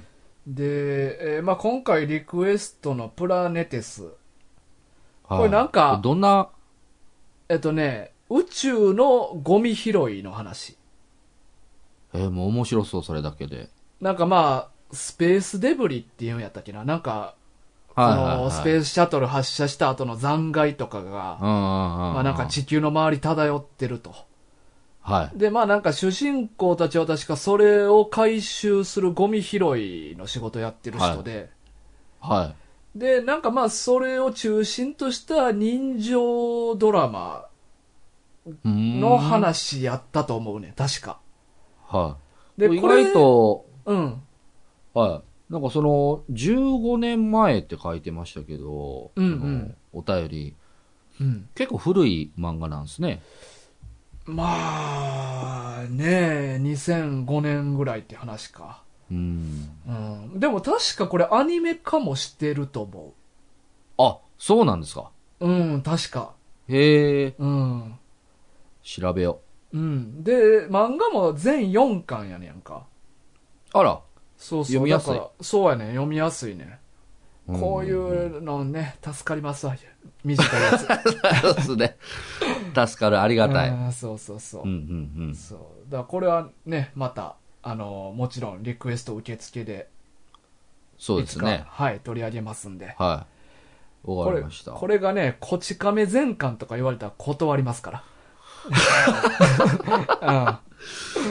Speaker 1: で、えーまあ今回リクエストのプラネテス。
Speaker 2: はい
Speaker 1: これなんか
Speaker 2: どんな、
Speaker 1: えっとね、宇宙のゴミ拾いの話。
Speaker 2: えーもう面白そう、それだけで。
Speaker 1: なんかまあ、スペースデブリっていうんやったっけな。なんか、そ
Speaker 2: はいはい、は
Speaker 1: の
Speaker 2: い。
Speaker 1: スペースシャトル発射した後の残骸とかが、
Speaker 2: うんうんうんうん。
Speaker 1: まあなんか地球の周り漂ってると。
Speaker 2: はい。
Speaker 1: で、まあなんか主人公たちは確かそれを回収するゴミ拾いの仕事やってる人で、
Speaker 2: は
Speaker 1: で、なんかまあそれを中心とした人情ドラマ
Speaker 2: い。
Speaker 1: の
Speaker 2: の。
Speaker 1: 話やったと思うね、確か。
Speaker 2: は
Speaker 1: で、
Speaker 2: い。意
Speaker 1: これ
Speaker 2: 外と、
Speaker 1: うん。
Speaker 2: はい。なんかその、15年前って書いてましたけど、
Speaker 1: うんうん
Speaker 2: あのお便り、
Speaker 1: うん。
Speaker 2: 結構古い漫画なんですね。
Speaker 1: まあ、ねえ、2005年ぐらいって話か。
Speaker 2: うん。
Speaker 1: うん。でも確かこれアニメ化もしてると思
Speaker 2: あ、そうなんですか。
Speaker 1: う。うん、確か。
Speaker 2: へえ、
Speaker 1: うん。
Speaker 2: 調べよ
Speaker 1: うん。で、漫画も全4巻やねんか。
Speaker 2: う。あら、
Speaker 1: そうそう。
Speaker 2: 読みやすい
Speaker 1: だからそうやねん。読みやすいねん。
Speaker 2: ん
Speaker 1: こうい。うのね、助かりますわ。短い
Speaker 2: [laughs]
Speaker 1: やつ。あ
Speaker 2: そうですね。助かる、ありがたい。
Speaker 1: ーそうそうそう
Speaker 2: うんう。ん
Speaker 1: そう。だからこれはね、また、あの、もちろんリクエスト受付で、
Speaker 2: そう
Speaker 1: い
Speaker 2: で
Speaker 1: つ
Speaker 2: す
Speaker 1: か、
Speaker 2: ね。
Speaker 1: はい、取り上げますんで。
Speaker 2: はい。わ
Speaker 1: こ
Speaker 2: か
Speaker 1: れ
Speaker 2: りました。
Speaker 1: これがね、こち亀全巻とか言われたら断ります
Speaker 2: [laughs]
Speaker 1: から。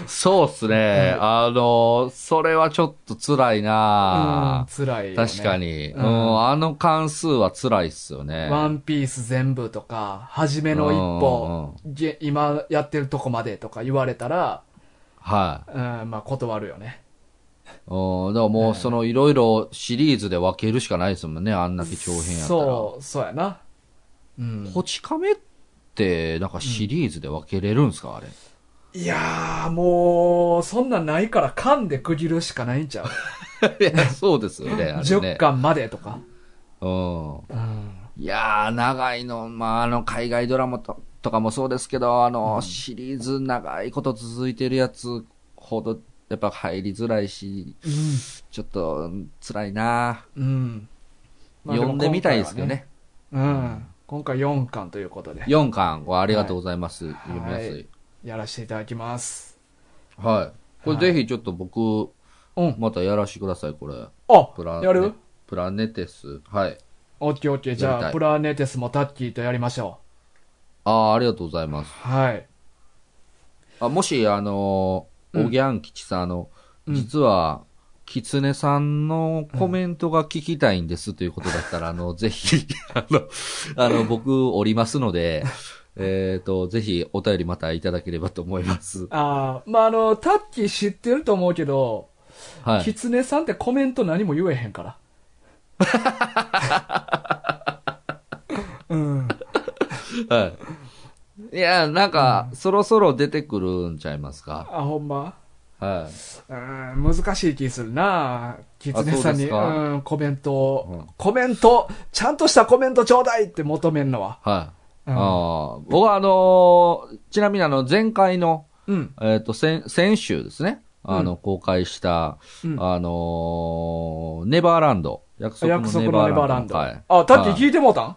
Speaker 2: そうですね。あの、それはちょっと辛い
Speaker 1: うん。うん
Speaker 2: な、
Speaker 1: 辛い、ね。
Speaker 2: 確か。に、
Speaker 1: う
Speaker 2: うんん。あの関数は辛いっすよね。
Speaker 1: ワンピース全部とか、初めの一歩、げ今やってるとこまでとか言われたら、
Speaker 2: は
Speaker 1: うん、まあ断るよね。
Speaker 2: い。うん。だからもう、その、いろいろシリーズで分けるしかないですもんね。あんだけ長編やったら。
Speaker 1: そう、そうやな。うん。
Speaker 2: こち亀って、なんかシリーズで分けれるんで
Speaker 1: [laughs]
Speaker 2: すかあれ。
Speaker 1: いやー、もう、そんなんないから噛んで区切るしかないんちゃう、
Speaker 2: いやそうですよね。あれね
Speaker 1: ?10 巻までとか。
Speaker 2: う
Speaker 1: う
Speaker 2: ん。
Speaker 1: ん。
Speaker 2: いやー、長いの、まあ、あの、海外ドラマととかもそうですけど、あの、シリーズ長いこと続いてるやつほど、やっぱ入りづらいし、ちょっと、辛いな、
Speaker 1: うん。まあ
Speaker 2: 読んでみたいですけど。
Speaker 1: も
Speaker 2: ね。
Speaker 1: 今回はうん。今回4巻ということで、
Speaker 2: 4巻はありがとうございます。読みやす
Speaker 1: はい
Speaker 2: い。
Speaker 1: やらせていただきます。
Speaker 2: はい。これぜひちょっと僕、
Speaker 1: うん。
Speaker 2: またやらしてください、これ。
Speaker 1: あ
Speaker 2: プラネ
Speaker 1: やる
Speaker 2: プラネテス。はい。
Speaker 1: オッケーオッケー。じ
Speaker 2: やり
Speaker 1: ゃ
Speaker 2: た
Speaker 1: あ、
Speaker 2: い
Speaker 1: プラネテスもタッキーとやりましょ
Speaker 2: ああ、ありがとうございます
Speaker 1: う。。はい。
Speaker 2: あもし、あのーおぎゃん吉さん、あの、
Speaker 1: うん
Speaker 2: 実は、きつねさんのコメントが聞きたいんですということだったら、
Speaker 1: [laughs]
Speaker 2: あの、ぜひ、あの、あの、僕、おりますの
Speaker 1: [laughs]
Speaker 2: で、えっ、と、ぜひ、お便りまたいただければと思います。
Speaker 1: あー、まあ、あの、タッキー知ってると思うけど、
Speaker 2: は
Speaker 1: キ
Speaker 2: い。
Speaker 1: ツネさんってコメント何も言えへん
Speaker 2: [laughs]
Speaker 1: から。うん。
Speaker 2: はい。いや、なんか、そろそろ出てくるんちゃいますか。
Speaker 1: あ、ほんま
Speaker 2: はい。
Speaker 1: うん、難しい気するなキツネさんに、
Speaker 2: あそうですか
Speaker 1: うん、コメントを
Speaker 2: うん
Speaker 1: コメント、ちゃんとしたコメントちょうだいって求めんのは。
Speaker 2: はい。
Speaker 1: うん
Speaker 2: ああ僕は、あのーちなみに、あの、前回の、
Speaker 1: うん。
Speaker 2: えっ、と、先、先週ですね。あの、
Speaker 1: う
Speaker 2: 公開した、
Speaker 1: うん
Speaker 2: あのーネバーランド。約束の
Speaker 1: 約束のネ
Speaker 2: ネバ
Speaker 1: バー
Speaker 2: ーラ
Speaker 1: ラ
Speaker 2: ン
Speaker 1: ン
Speaker 2: ド。
Speaker 1: ド。
Speaker 2: はい、
Speaker 1: あ、タッキー
Speaker 2: はい
Speaker 1: 聞いてもうたん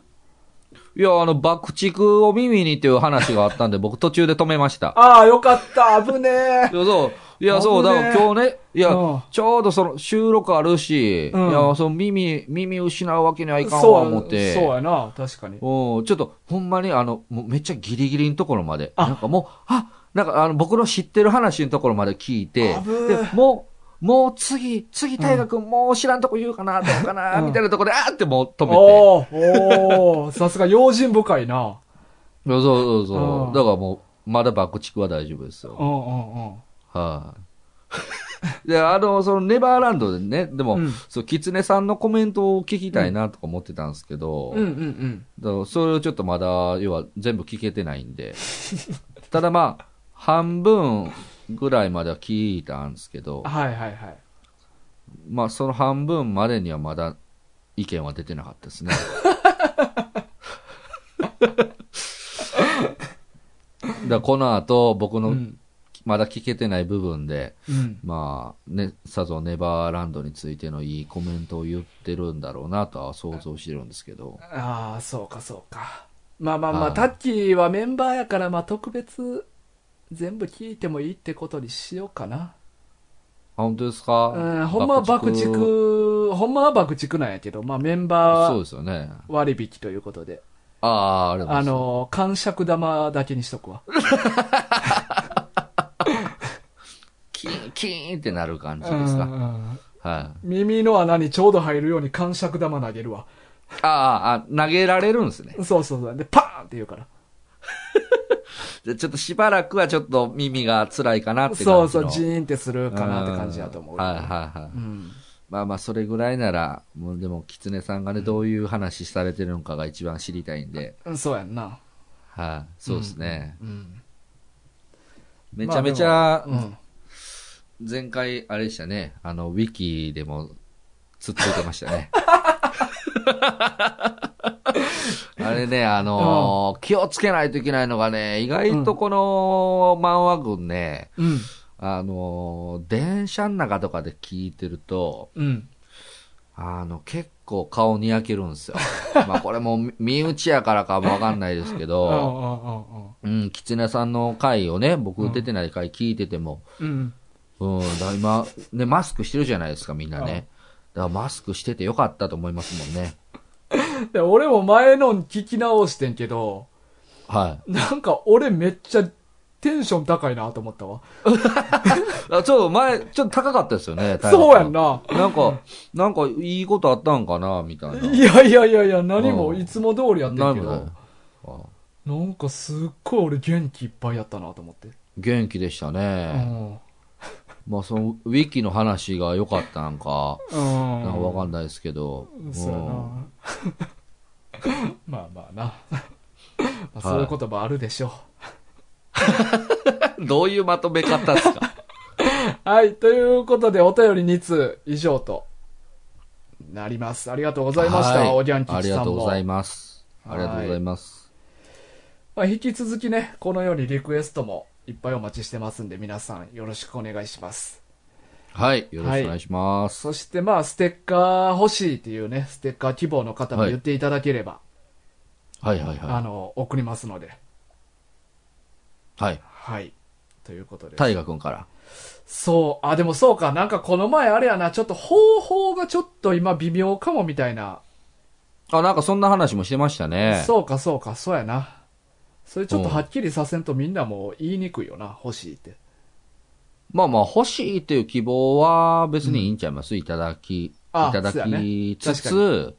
Speaker 2: いや、あの、爆竹を耳にっていう話があったんで、僕途中で止めました。
Speaker 1: ああ、よかった、危ねえ
Speaker 2: い。や、そう、いや、そう、
Speaker 1: 危
Speaker 2: だ
Speaker 1: ねえ
Speaker 2: から今日ね、いや
Speaker 1: うん、
Speaker 2: ちょうどその収録あるし、
Speaker 1: うん
Speaker 2: いや、その耳、耳失うわけにはいかんわ、
Speaker 1: そう、
Speaker 2: 思って。
Speaker 1: そうやな、確かに。
Speaker 2: おちょっと、ほんまに、あの、もうめっちゃギリギリのところまで。
Speaker 1: あ
Speaker 2: なんかもう、あ、なんかあの、僕の知ってる話のところまで聞いて、
Speaker 1: あぶ
Speaker 2: で
Speaker 1: ー、
Speaker 2: もう、もう次、次大河君、もう知らんとこ言うかな、どうかな、
Speaker 1: うん
Speaker 2: みたいな
Speaker 1: [laughs]
Speaker 2: ところで、あーってもう止めて。
Speaker 1: おーおー
Speaker 2: [laughs]
Speaker 1: さすが用心深いな。
Speaker 2: そうそうそうう。
Speaker 1: ん
Speaker 2: だからもう、まだ爆竹は大丈夫ですよ。
Speaker 1: う
Speaker 2: はい、
Speaker 1: んうんうん。
Speaker 2: で、あの、その、ネバーランドでね、でも、
Speaker 1: うん
Speaker 2: そう、キツネさんのコメントを聞きたいなとか思ってたんですけど、
Speaker 1: うんうんうん。
Speaker 2: だからそれをちょっとまだ、要は全部聞けてないんで。 [laughs] ただまあ、半分ぐらいまでは聞いたんですけど、
Speaker 1: はいはいはい。
Speaker 2: まあその半分までにはまだ意見は出てなかったですね。
Speaker 1: [laughs]
Speaker 2: だからこの後、僕
Speaker 1: う
Speaker 2: の
Speaker 1: ん。
Speaker 2: まだ聞けてない部分で、
Speaker 1: うん。
Speaker 2: まあ、ね、さぞネバーランドについてのいいコメントを言ってるんだろうなとは想像してるんですけど。
Speaker 1: ああ、そうかそうか。まあまあま
Speaker 2: は
Speaker 1: あ、
Speaker 2: い
Speaker 1: タッキーはメンバーやから、まあ特別、全部聞いてもいいってことにしようかな。
Speaker 2: あ本当ですか
Speaker 1: うん、ほんまは爆竹、ほんまは爆竹なんやけど、まあメンバ
Speaker 2: そう
Speaker 1: ー
Speaker 2: ですよね。
Speaker 1: 割引ということで。
Speaker 2: ああ、ありがとうござ
Speaker 1: あ
Speaker 2: います。
Speaker 1: の、感触玉だけにしとくわ。
Speaker 2: キーン、キーンってなる感じです
Speaker 1: うん
Speaker 2: か。
Speaker 1: うん
Speaker 2: はい。
Speaker 1: 耳の穴にちょうど入るように感触玉投げるわ。
Speaker 2: ああ、あ投げられるんですね。
Speaker 1: そうそうそう。で、パーンって言うから。
Speaker 2: でちょっとしばらくはちょっと耳が辛いかなって感じ
Speaker 1: そ
Speaker 2: の。
Speaker 1: うそう、ジーンってするかなって感じだと思う。
Speaker 2: んはいはいはい。
Speaker 1: うん。
Speaker 2: まあまあ、それぐらいなら、もうでも、狐さんがね、どういう話されてるのかが一番知りたいんで、
Speaker 1: うん、そうやんな。
Speaker 2: はい、そうですね。
Speaker 1: うん。
Speaker 2: めちゃめちゃ
Speaker 1: う、ん。
Speaker 2: 前回、あれでしたね、あの、ウィキでも、つっついてましたね。あれね、あのー気をつけないといけないのがね、意外とこの漫画群ね、
Speaker 1: うん。
Speaker 2: あのー電車の中とかで聞いてると、
Speaker 1: うん。
Speaker 2: あの、結構顔にやけるんですよ。まあこれも身身内やからかもわかんないですけ
Speaker 1: うん。う
Speaker 2: ど、
Speaker 1: んうん
Speaker 2: うん、狐さんの回をね、僕出てない回聞いてても、
Speaker 1: うん。うん。
Speaker 2: うん、だから今、ね、マスクしてるじゃないですか、みんなね。だからマスクしててよかったと思いますもんね。
Speaker 1: で俺も前のん聞き直してんけど、
Speaker 2: はい。
Speaker 1: なんか俺めっちゃテンション高いなと思ったわ。
Speaker 2: あちょっと前、ちょっと高かったですよね、太陽
Speaker 1: そうやんな。
Speaker 2: なんか、なんかいいことあったんかな、みたいな。
Speaker 1: いやいやいやいや、何も
Speaker 2: うん
Speaker 1: いつも通りやって
Speaker 2: なんい
Speaker 1: け
Speaker 2: もない
Speaker 1: ど、。なんかすっごい俺元気いっぱいやったなと思って。
Speaker 2: 元気でした
Speaker 1: う
Speaker 2: ね。
Speaker 1: ん。
Speaker 2: まあその、ウィキの話が良かったなんか、
Speaker 1: うん。
Speaker 2: なんかわかんないですけど。
Speaker 1: そうや
Speaker 2: うん
Speaker 1: な。 [laughs] まあまあな。まあそういう言葉あるでしょ
Speaker 2: [laughs] どういうまとめ方ですか
Speaker 1: う。はい、ということでお便り2通以上となります。ありがとうございました、
Speaker 2: はい
Speaker 1: おぎゃんき
Speaker 2: あり
Speaker 1: ち
Speaker 2: が
Speaker 1: さん
Speaker 2: とうご
Speaker 1: も。
Speaker 2: ざいます。ありがとうございます。
Speaker 1: まあ、引き続きね、このようにリクエストもいっぱいお待ちしてますんで、皆さんよろしくお願いします。
Speaker 2: はい。よろしくお願いします。
Speaker 1: そしてまあ、ステッカー欲しいっていうね、ステッカー希望の方も
Speaker 2: はい
Speaker 1: 言っていただければ、
Speaker 2: はいはい
Speaker 1: あ
Speaker 2: は
Speaker 1: の、送りますので。
Speaker 2: い。はい。
Speaker 1: はい。ということで。
Speaker 2: 大河君から。
Speaker 1: そう、あ、でもそうか、なんかこの前あれやな、ちょっと方法がちょっと今微妙かもみたいな。
Speaker 2: あ、なんかそんな話もしてましたね。
Speaker 1: そうか、そうか、そうやな。それちょっとはっきりさせんとみんなもう言いにくいよな、欲しいって。
Speaker 2: まあまあ、欲しいっていう希望は別にいいんちゃいます、いただき、い
Speaker 1: あ
Speaker 2: ただ
Speaker 1: そうや
Speaker 2: きつ
Speaker 1: 確
Speaker 2: つ、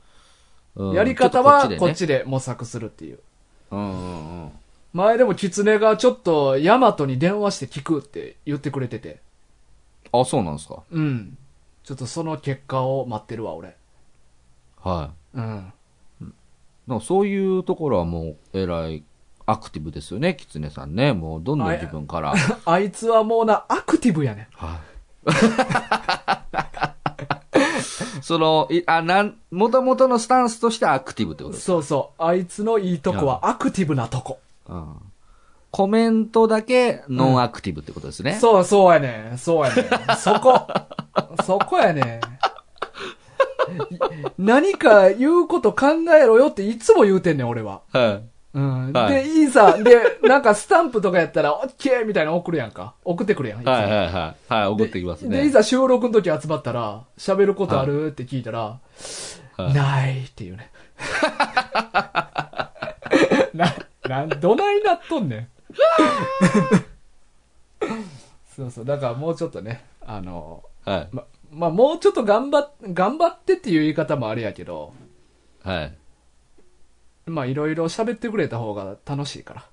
Speaker 2: うん
Speaker 1: やり方は
Speaker 2: ちょっと
Speaker 1: こ
Speaker 2: こ
Speaker 1: っ
Speaker 2: っちでね
Speaker 1: ちで模索するっていう。
Speaker 2: うんうんうん。
Speaker 1: 前でも狐がちょっとヤマトに電話して聞くって言ってくれてて。
Speaker 2: あ、そうなんですか。
Speaker 1: うん。ちょっとその結果を待ってるわ、俺。
Speaker 2: は
Speaker 1: うん。 [laughs]
Speaker 2: い。なんかそういうところはもう、えらい、アクティブですよね、キツネさんね。もう、どんどん自分から。
Speaker 1: あいつはもうな、アクティブやねん。
Speaker 2: [laughs] その、いあ、なん、もともとのスタンスとしてアクティブってことです。
Speaker 1: そうそう。あいつのいいとこはアクティブなとこ。
Speaker 2: うん。コメントだけノンアクティブってことですね。
Speaker 1: そうそうやねん。そうやねん。そこ。 [laughs] そこやねん。 [laughs] 何か言うこと考えろよっていつも言うてんねん、俺は。
Speaker 2: はい。
Speaker 1: うん。
Speaker 2: はい
Speaker 1: で、いいさ。で、なんかスタンプとかやったら、オッケーみたいなの送るやんか。送ってくるやん。いつも
Speaker 2: はいはいはい。はい、送ってきますね。
Speaker 1: で、いざ収録の時集まったら、喋ることあるって聞いたら、
Speaker 2: はい
Speaker 1: ないっていうね。 [laughs] な、なん、どないなっとんね [laughs] ん。そうそう、だからもうちょっとね、あの、
Speaker 2: はい。
Speaker 1: ま、まあ、もうちょっと頑張っ、頑張ってっていう言い方もあれやけど、
Speaker 2: はい。
Speaker 1: まあ、いろいろ喋ってくれた方が楽しいから。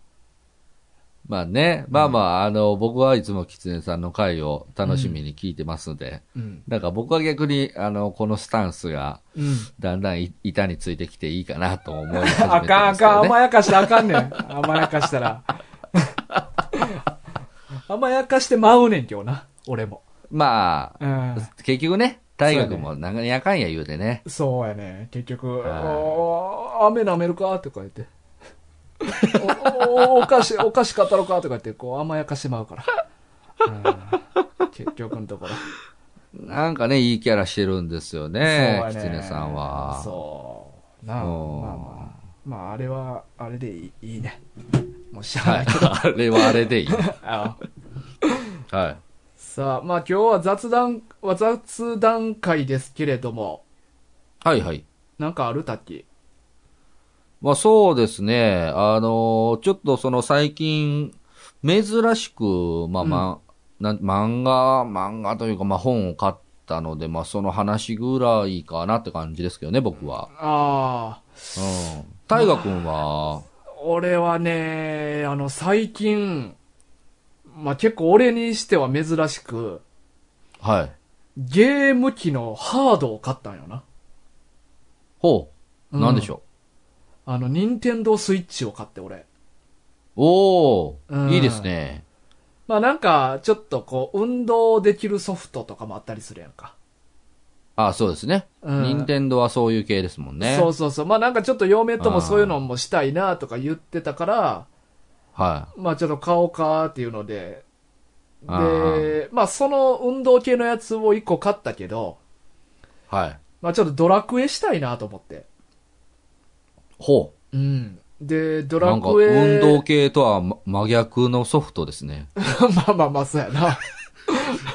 Speaker 2: まあね、まあまあ、あの、僕はいつもキツネさんの回を楽しみに聞いてますので、
Speaker 1: うん。
Speaker 2: なんか僕は逆に、あの、このスタンスが、
Speaker 1: うん。
Speaker 2: だんだんい板についてきていいかなと思い
Speaker 1: [laughs]
Speaker 2: 始めて
Speaker 1: あ
Speaker 2: ますけど、ね。
Speaker 1: かんあかん、甘やかしたらあかんねん。甘やかしたら。甘やかしてまうねん、今日な。俺も。
Speaker 2: ま
Speaker 1: う
Speaker 2: あ、
Speaker 1: ん。
Speaker 2: 結局ね、大学もなんかやかんや言うてね。
Speaker 1: そうやね。結局、
Speaker 2: はい
Speaker 1: おー雨舐めるかとか言って。おおお菓子、お菓子買ったろかとか言って、こう甘やかしてまうから。うん、結局のところ。
Speaker 2: なんかね、いいキャラしてるんですよね、キツネさんは。
Speaker 1: そう。なあ、まあ
Speaker 2: うん
Speaker 1: まあ。まあ、あれは、あれでいいいいね。もうしゃあ
Speaker 2: は
Speaker 1: ないいけど。。
Speaker 2: [laughs] あれはあれでいい。
Speaker 1: あ
Speaker 2: は
Speaker 1: さあ、まあ今日は雑談、は雑談会ですけれども、
Speaker 2: い。はいはい。
Speaker 1: なんかあるたっき
Speaker 2: まあそうですね。あのーちょっとその最近、珍しく、まあまあ、なん漫画、漫画というか、まあ本を買ったので、まあその話ぐらいかなって感じですけどね、僕は。
Speaker 1: あ
Speaker 2: うん。大河君は、
Speaker 1: あ、俺はね、あの最近、まあ結構俺にしては珍しく、
Speaker 2: はい。
Speaker 1: ゲーム機のハードを買ったんよな。
Speaker 2: ほう。なんでし
Speaker 1: ょ
Speaker 2: ょう。
Speaker 1: あの、ニンテンドースイッチを買って、俺。
Speaker 2: お
Speaker 1: う
Speaker 2: ー、
Speaker 1: ん
Speaker 2: いいですね。
Speaker 1: まあなんか、ちょっとこう、運動できるソフトとかもあったりするやんか。
Speaker 2: あ、そうですね。
Speaker 1: うん
Speaker 2: 任天堂はそういう系ですもんね。
Speaker 1: そうそうそう。まあなんかちょっと嫁ともそういうのもしたいなとか言ってたから、
Speaker 2: は
Speaker 1: まあちょっと買おうかっていうので、
Speaker 2: あー
Speaker 1: で、まあその運動系のやつを一個買ったけど、
Speaker 2: い。はい。
Speaker 1: まあちょっとドラクエしたいなと思って。
Speaker 2: ほ
Speaker 1: うん。で、ド
Speaker 2: う。な
Speaker 1: ラ
Speaker 2: んか、
Speaker 1: クエ。
Speaker 2: 運動系とはま真逆のソフトですね。
Speaker 1: [laughs] まあまあまあ、そうやな。 [laughs]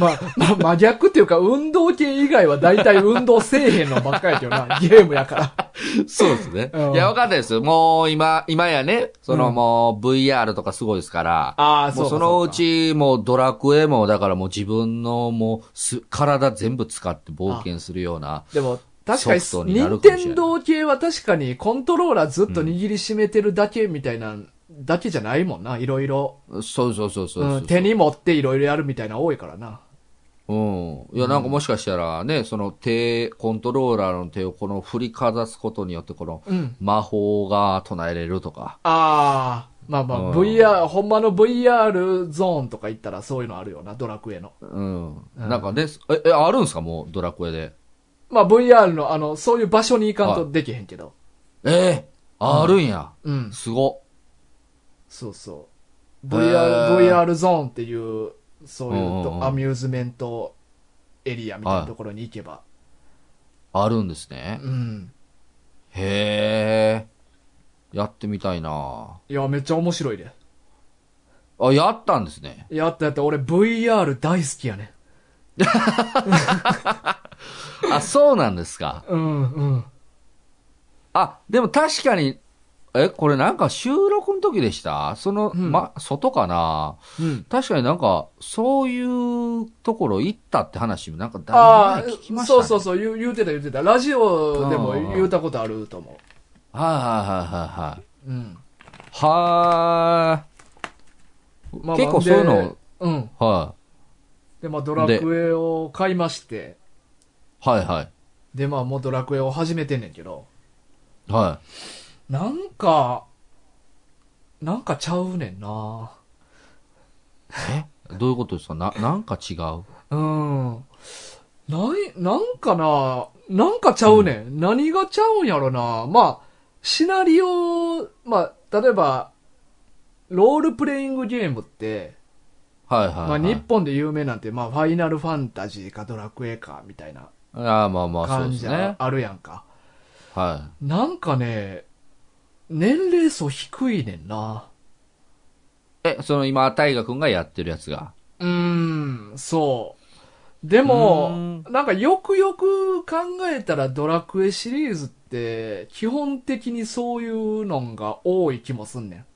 Speaker 1: まあ、まあ、真逆っていうか、運動系以外は大体運動せえへんのばっかりやけどな、ゲームやから。
Speaker 2: [laughs] そうですね
Speaker 1: うん
Speaker 2: いや、わかんないです。もう、今、今やね、その
Speaker 1: うん
Speaker 2: もう、VR とかすごいですから。
Speaker 1: ああ、
Speaker 2: もうそのうち、もうドラクエも、だからもう自分のもうす、体全部使って冒険するような。
Speaker 1: でも、確かに
Speaker 2: ソフト、にな
Speaker 1: 任
Speaker 2: るかもしれない
Speaker 1: 天堂系は確かに、コントローラーずっと握りしめてるだけみたいな、だけじゃないもんな、いろいろ。
Speaker 2: そうそうそうそうそう、
Speaker 1: うん手に持っていろいろやるみたいな多いからな。
Speaker 2: うん。いや、なんかもしかしたらね、その手、コントローラーの手をこの振りかざすことによって、この
Speaker 1: うん。
Speaker 2: 魔法が唱えれるとか。
Speaker 1: ああ、まあまあ、
Speaker 2: うん
Speaker 1: VR、ほんまの VR ゾーンとか行ったらそういうのあるよな、ドラクエの。
Speaker 2: うん。
Speaker 1: うん
Speaker 2: なんかね、え、えあるんですかもう、ドラクエで。
Speaker 1: まあ VR の、あの、そういう場所に行かんとできへんけど。
Speaker 2: ええあるんや。
Speaker 1: うん。
Speaker 2: すご。
Speaker 1: そうそう。
Speaker 2: へ
Speaker 1: VR、
Speaker 2: ー
Speaker 1: VR ゾーンっていう、そういう
Speaker 2: うんうんう
Speaker 1: と
Speaker 2: ん
Speaker 1: アミューズメントエリアみたいなところに行けば。
Speaker 2: あるんですね。
Speaker 1: うん。
Speaker 2: へえ。やってみたいない
Speaker 1: や、めっちゃ面白いで。
Speaker 2: あ、やったんですね。
Speaker 1: やったやった、俺 VR 大好きやね。
Speaker 2: あ、そうなんですか。
Speaker 1: うん、うん。
Speaker 2: あ、でも確かに、え、これなんか収録の時でしたその、
Speaker 1: うん
Speaker 2: ま、外かな
Speaker 1: うん。
Speaker 2: 確かになんか、そういうところ行ったって話もなんかだ
Speaker 1: あ
Speaker 2: いぶ前に聞き
Speaker 1: あ、
Speaker 2: ました、ね。
Speaker 1: そうそうそう、言う言うてた言うてた。ラジオでも言うたことあると思
Speaker 2: う。はいは
Speaker 1: う。うん。
Speaker 2: いはいはいはい。は
Speaker 1: ま
Speaker 2: 結構そういうの。
Speaker 1: でうん。
Speaker 2: ー。は
Speaker 1: で、まあドラクエを買いまして、
Speaker 2: い。はいは
Speaker 1: で、まあもうドラクエを始めてんねんけど。
Speaker 2: い。は
Speaker 1: なんか、なんかちゃうねんな。
Speaker 2: い。どういうことですかな、なんか違う
Speaker 1: うん。ない、なんかな、なんかちゃうねん。何がちゃうんやろな。まあ、シナリオ、まあ、例えば、ロールプレイングゲームって、
Speaker 2: はいはい、
Speaker 1: ま
Speaker 2: は
Speaker 1: あ、
Speaker 2: い。
Speaker 1: 日本で有名なんて、まあ、ファイナルファンタジーかドラクエか、みたいな
Speaker 2: ああ、まあまあ、そう
Speaker 1: 感
Speaker 2: で
Speaker 1: じ
Speaker 2: すね
Speaker 1: が。あるやんか。
Speaker 2: は
Speaker 1: なんかね、年齢層低いねんな。
Speaker 2: い。え、その今、大河君がやってるやつが。
Speaker 1: うーん、そう。で
Speaker 2: うー
Speaker 1: も
Speaker 2: ん、
Speaker 1: なんかよくよく考えたらドラクエシリーズって、基本的にそういうのが多い気もすんねん。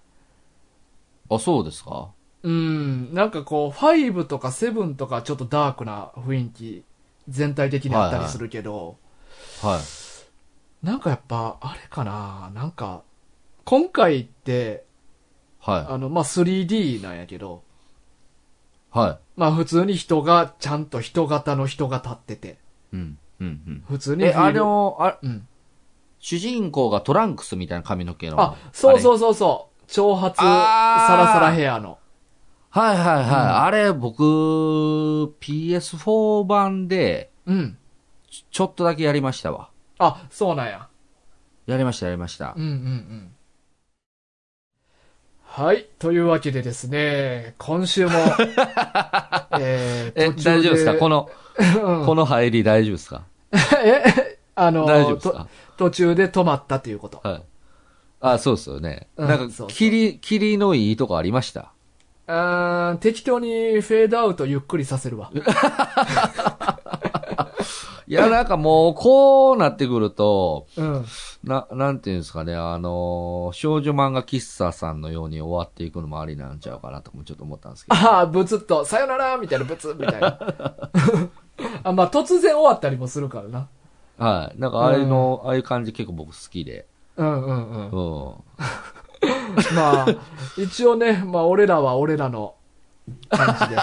Speaker 2: あ、そうですか
Speaker 1: うん、なんかこう、5とか7とかちょっとダークな雰囲気、全体的にあったりするけど、
Speaker 2: はい。
Speaker 1: なんかやっぱ、あれかな、なんか、今回って、
Speaker 2: は
Speaker 1: あの、まあ、3D なんやけど、
Speaker 2: い。は
Speaker 1: まあ、普通に人が、ちゃんと人型の人が立ってて、
Speaker 2: い。うん。うん。
Speaker 1: 普通
Speaker 2: うん。
Speaker 1: に
Speaker 2: え、
Speaker 1: フィール
Speaker 2: あの、あ、
Speaker 1: うん。
Speaker 2: 主人公がトランクスみたいな髪の毛の。
Speaker 1: あ、そう
Speaker 2: う。
Speaker 1: そうそうそう。長髪、サ
Speaker 2: あー
Speaker 1: ラサラヘアの。
Speaker 2: はいはいはい。
Speaker 1: うん
Speaker 2: あれ、僕、PS4 版で、
Speaker 1: うん。
Speaker 2: ちちょっとだけやりましたわ。
Speaker 1: あ、そうなんや。
Speaker 2: やりました、やりました
Speaker 1: うん。うんうん。はい。というわけでですね、今週
Speaker 2: [laughs]
Speaker 1: も、えー、
Speaker 2: え、
Speaker 1: 途中
Speaker 2: 大丈夫ですかこ
Speaker 1: の、
Speaker 2: の、
Speaker 1: うん
Speaker 2: この入り大丈夫ですか
Speaker 1: え、あの、
Speaker 2: 大丈夫です
Speaker 1: と
Speaker 2: か
Speaker 1: 途中で止まったということ。
Speaker 2: はい。あ、そうですよね。
Speaker 1: うん
Speaker 2: なん
Speaker 1: そ
Speaker 2: か、
Speaker 1: うそう
Speaker 2: 切り、切りのいいとこありました
Speaker 1: うーん、適当にフェードアウトゆっくりさせるわ。
Speaker 2: いや、なんかもう、こうなってくると、
Speaker 1: うん。
Speaker 2: な、なんていうんですかね、あのー少女漫画喫茶さんのように終わっていくのもありなんちゃうかなともちょっと思ったんですけど。
Speaker 1: ああ、ブツッと、さよならみたいな、ブツッみたいな。 [laughs] あまあ、突然終わったりもするからな。
Speaker 2: はい。なんか、あれの、ああいう感じ結構僕好きで。
Speaker 1: うんうんうん
Speaker 2: [laughs] う。
Speaker 1: [laughs]
Speaker 2: ん。
Speaker 1: まあ、一応ね、まあ、俺らは俺らの感じで。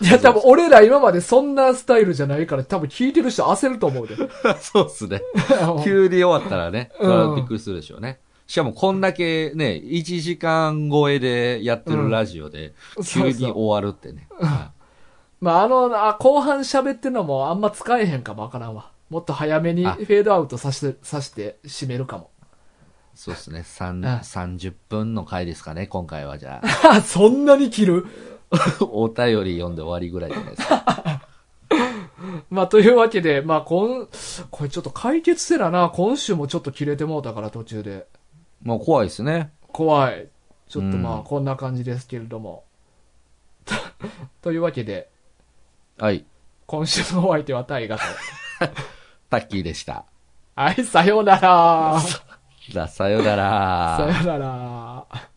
Speaker 1: いや、多分俺ら今までそんなスタイルじゃないから、多分聞いてる人焦ると思うで。
Speaker 2: そうっすね。 [laughs] 急に終わったらね、それはびっくりするでしょうね。しかもこんだけね、1時間超えでやってるラジオで、
Speaker 1: うん
Speaker 2: 急に終わるってね。
Speaker 1: [laughs] まあ、あの、あ後半喋ってんのもあんま使えへんかもわからんわ。もっと早めにフ
Speaker 2: あ
Speaker 1: ェードアウトさせて、さして締めるかも。
Speaker 2: そうですね。
Speaker 1: ん
Speaker 2: 三三30分の回ですかね、今回はじゃあ。 [laughs]
Speaker 1: そんなに切る
Speaker 2: お便り読んで終わりぐらいじゃないですか。
Speaker 1: まあ、というわけで、まあ、こん、これちょっと解決せなな、今週もちょっと切れてもうたから途中で。
Speaker 2: もう怖いですね。
Speaker 1: 怖い。ちょっとまあ、
Speaker 2: うん
Speaker 1: こんな感じですけれども。 [laughs] というわけで、
Speaker 2: はい。
Speaker 1: 今週のお相手はタイガと。
Speaker 2: タッキーでした。
Speaker 1: はい、さようなら。
Speaker 2: じゃあ、さよなら。
Speaker 1: さようなら。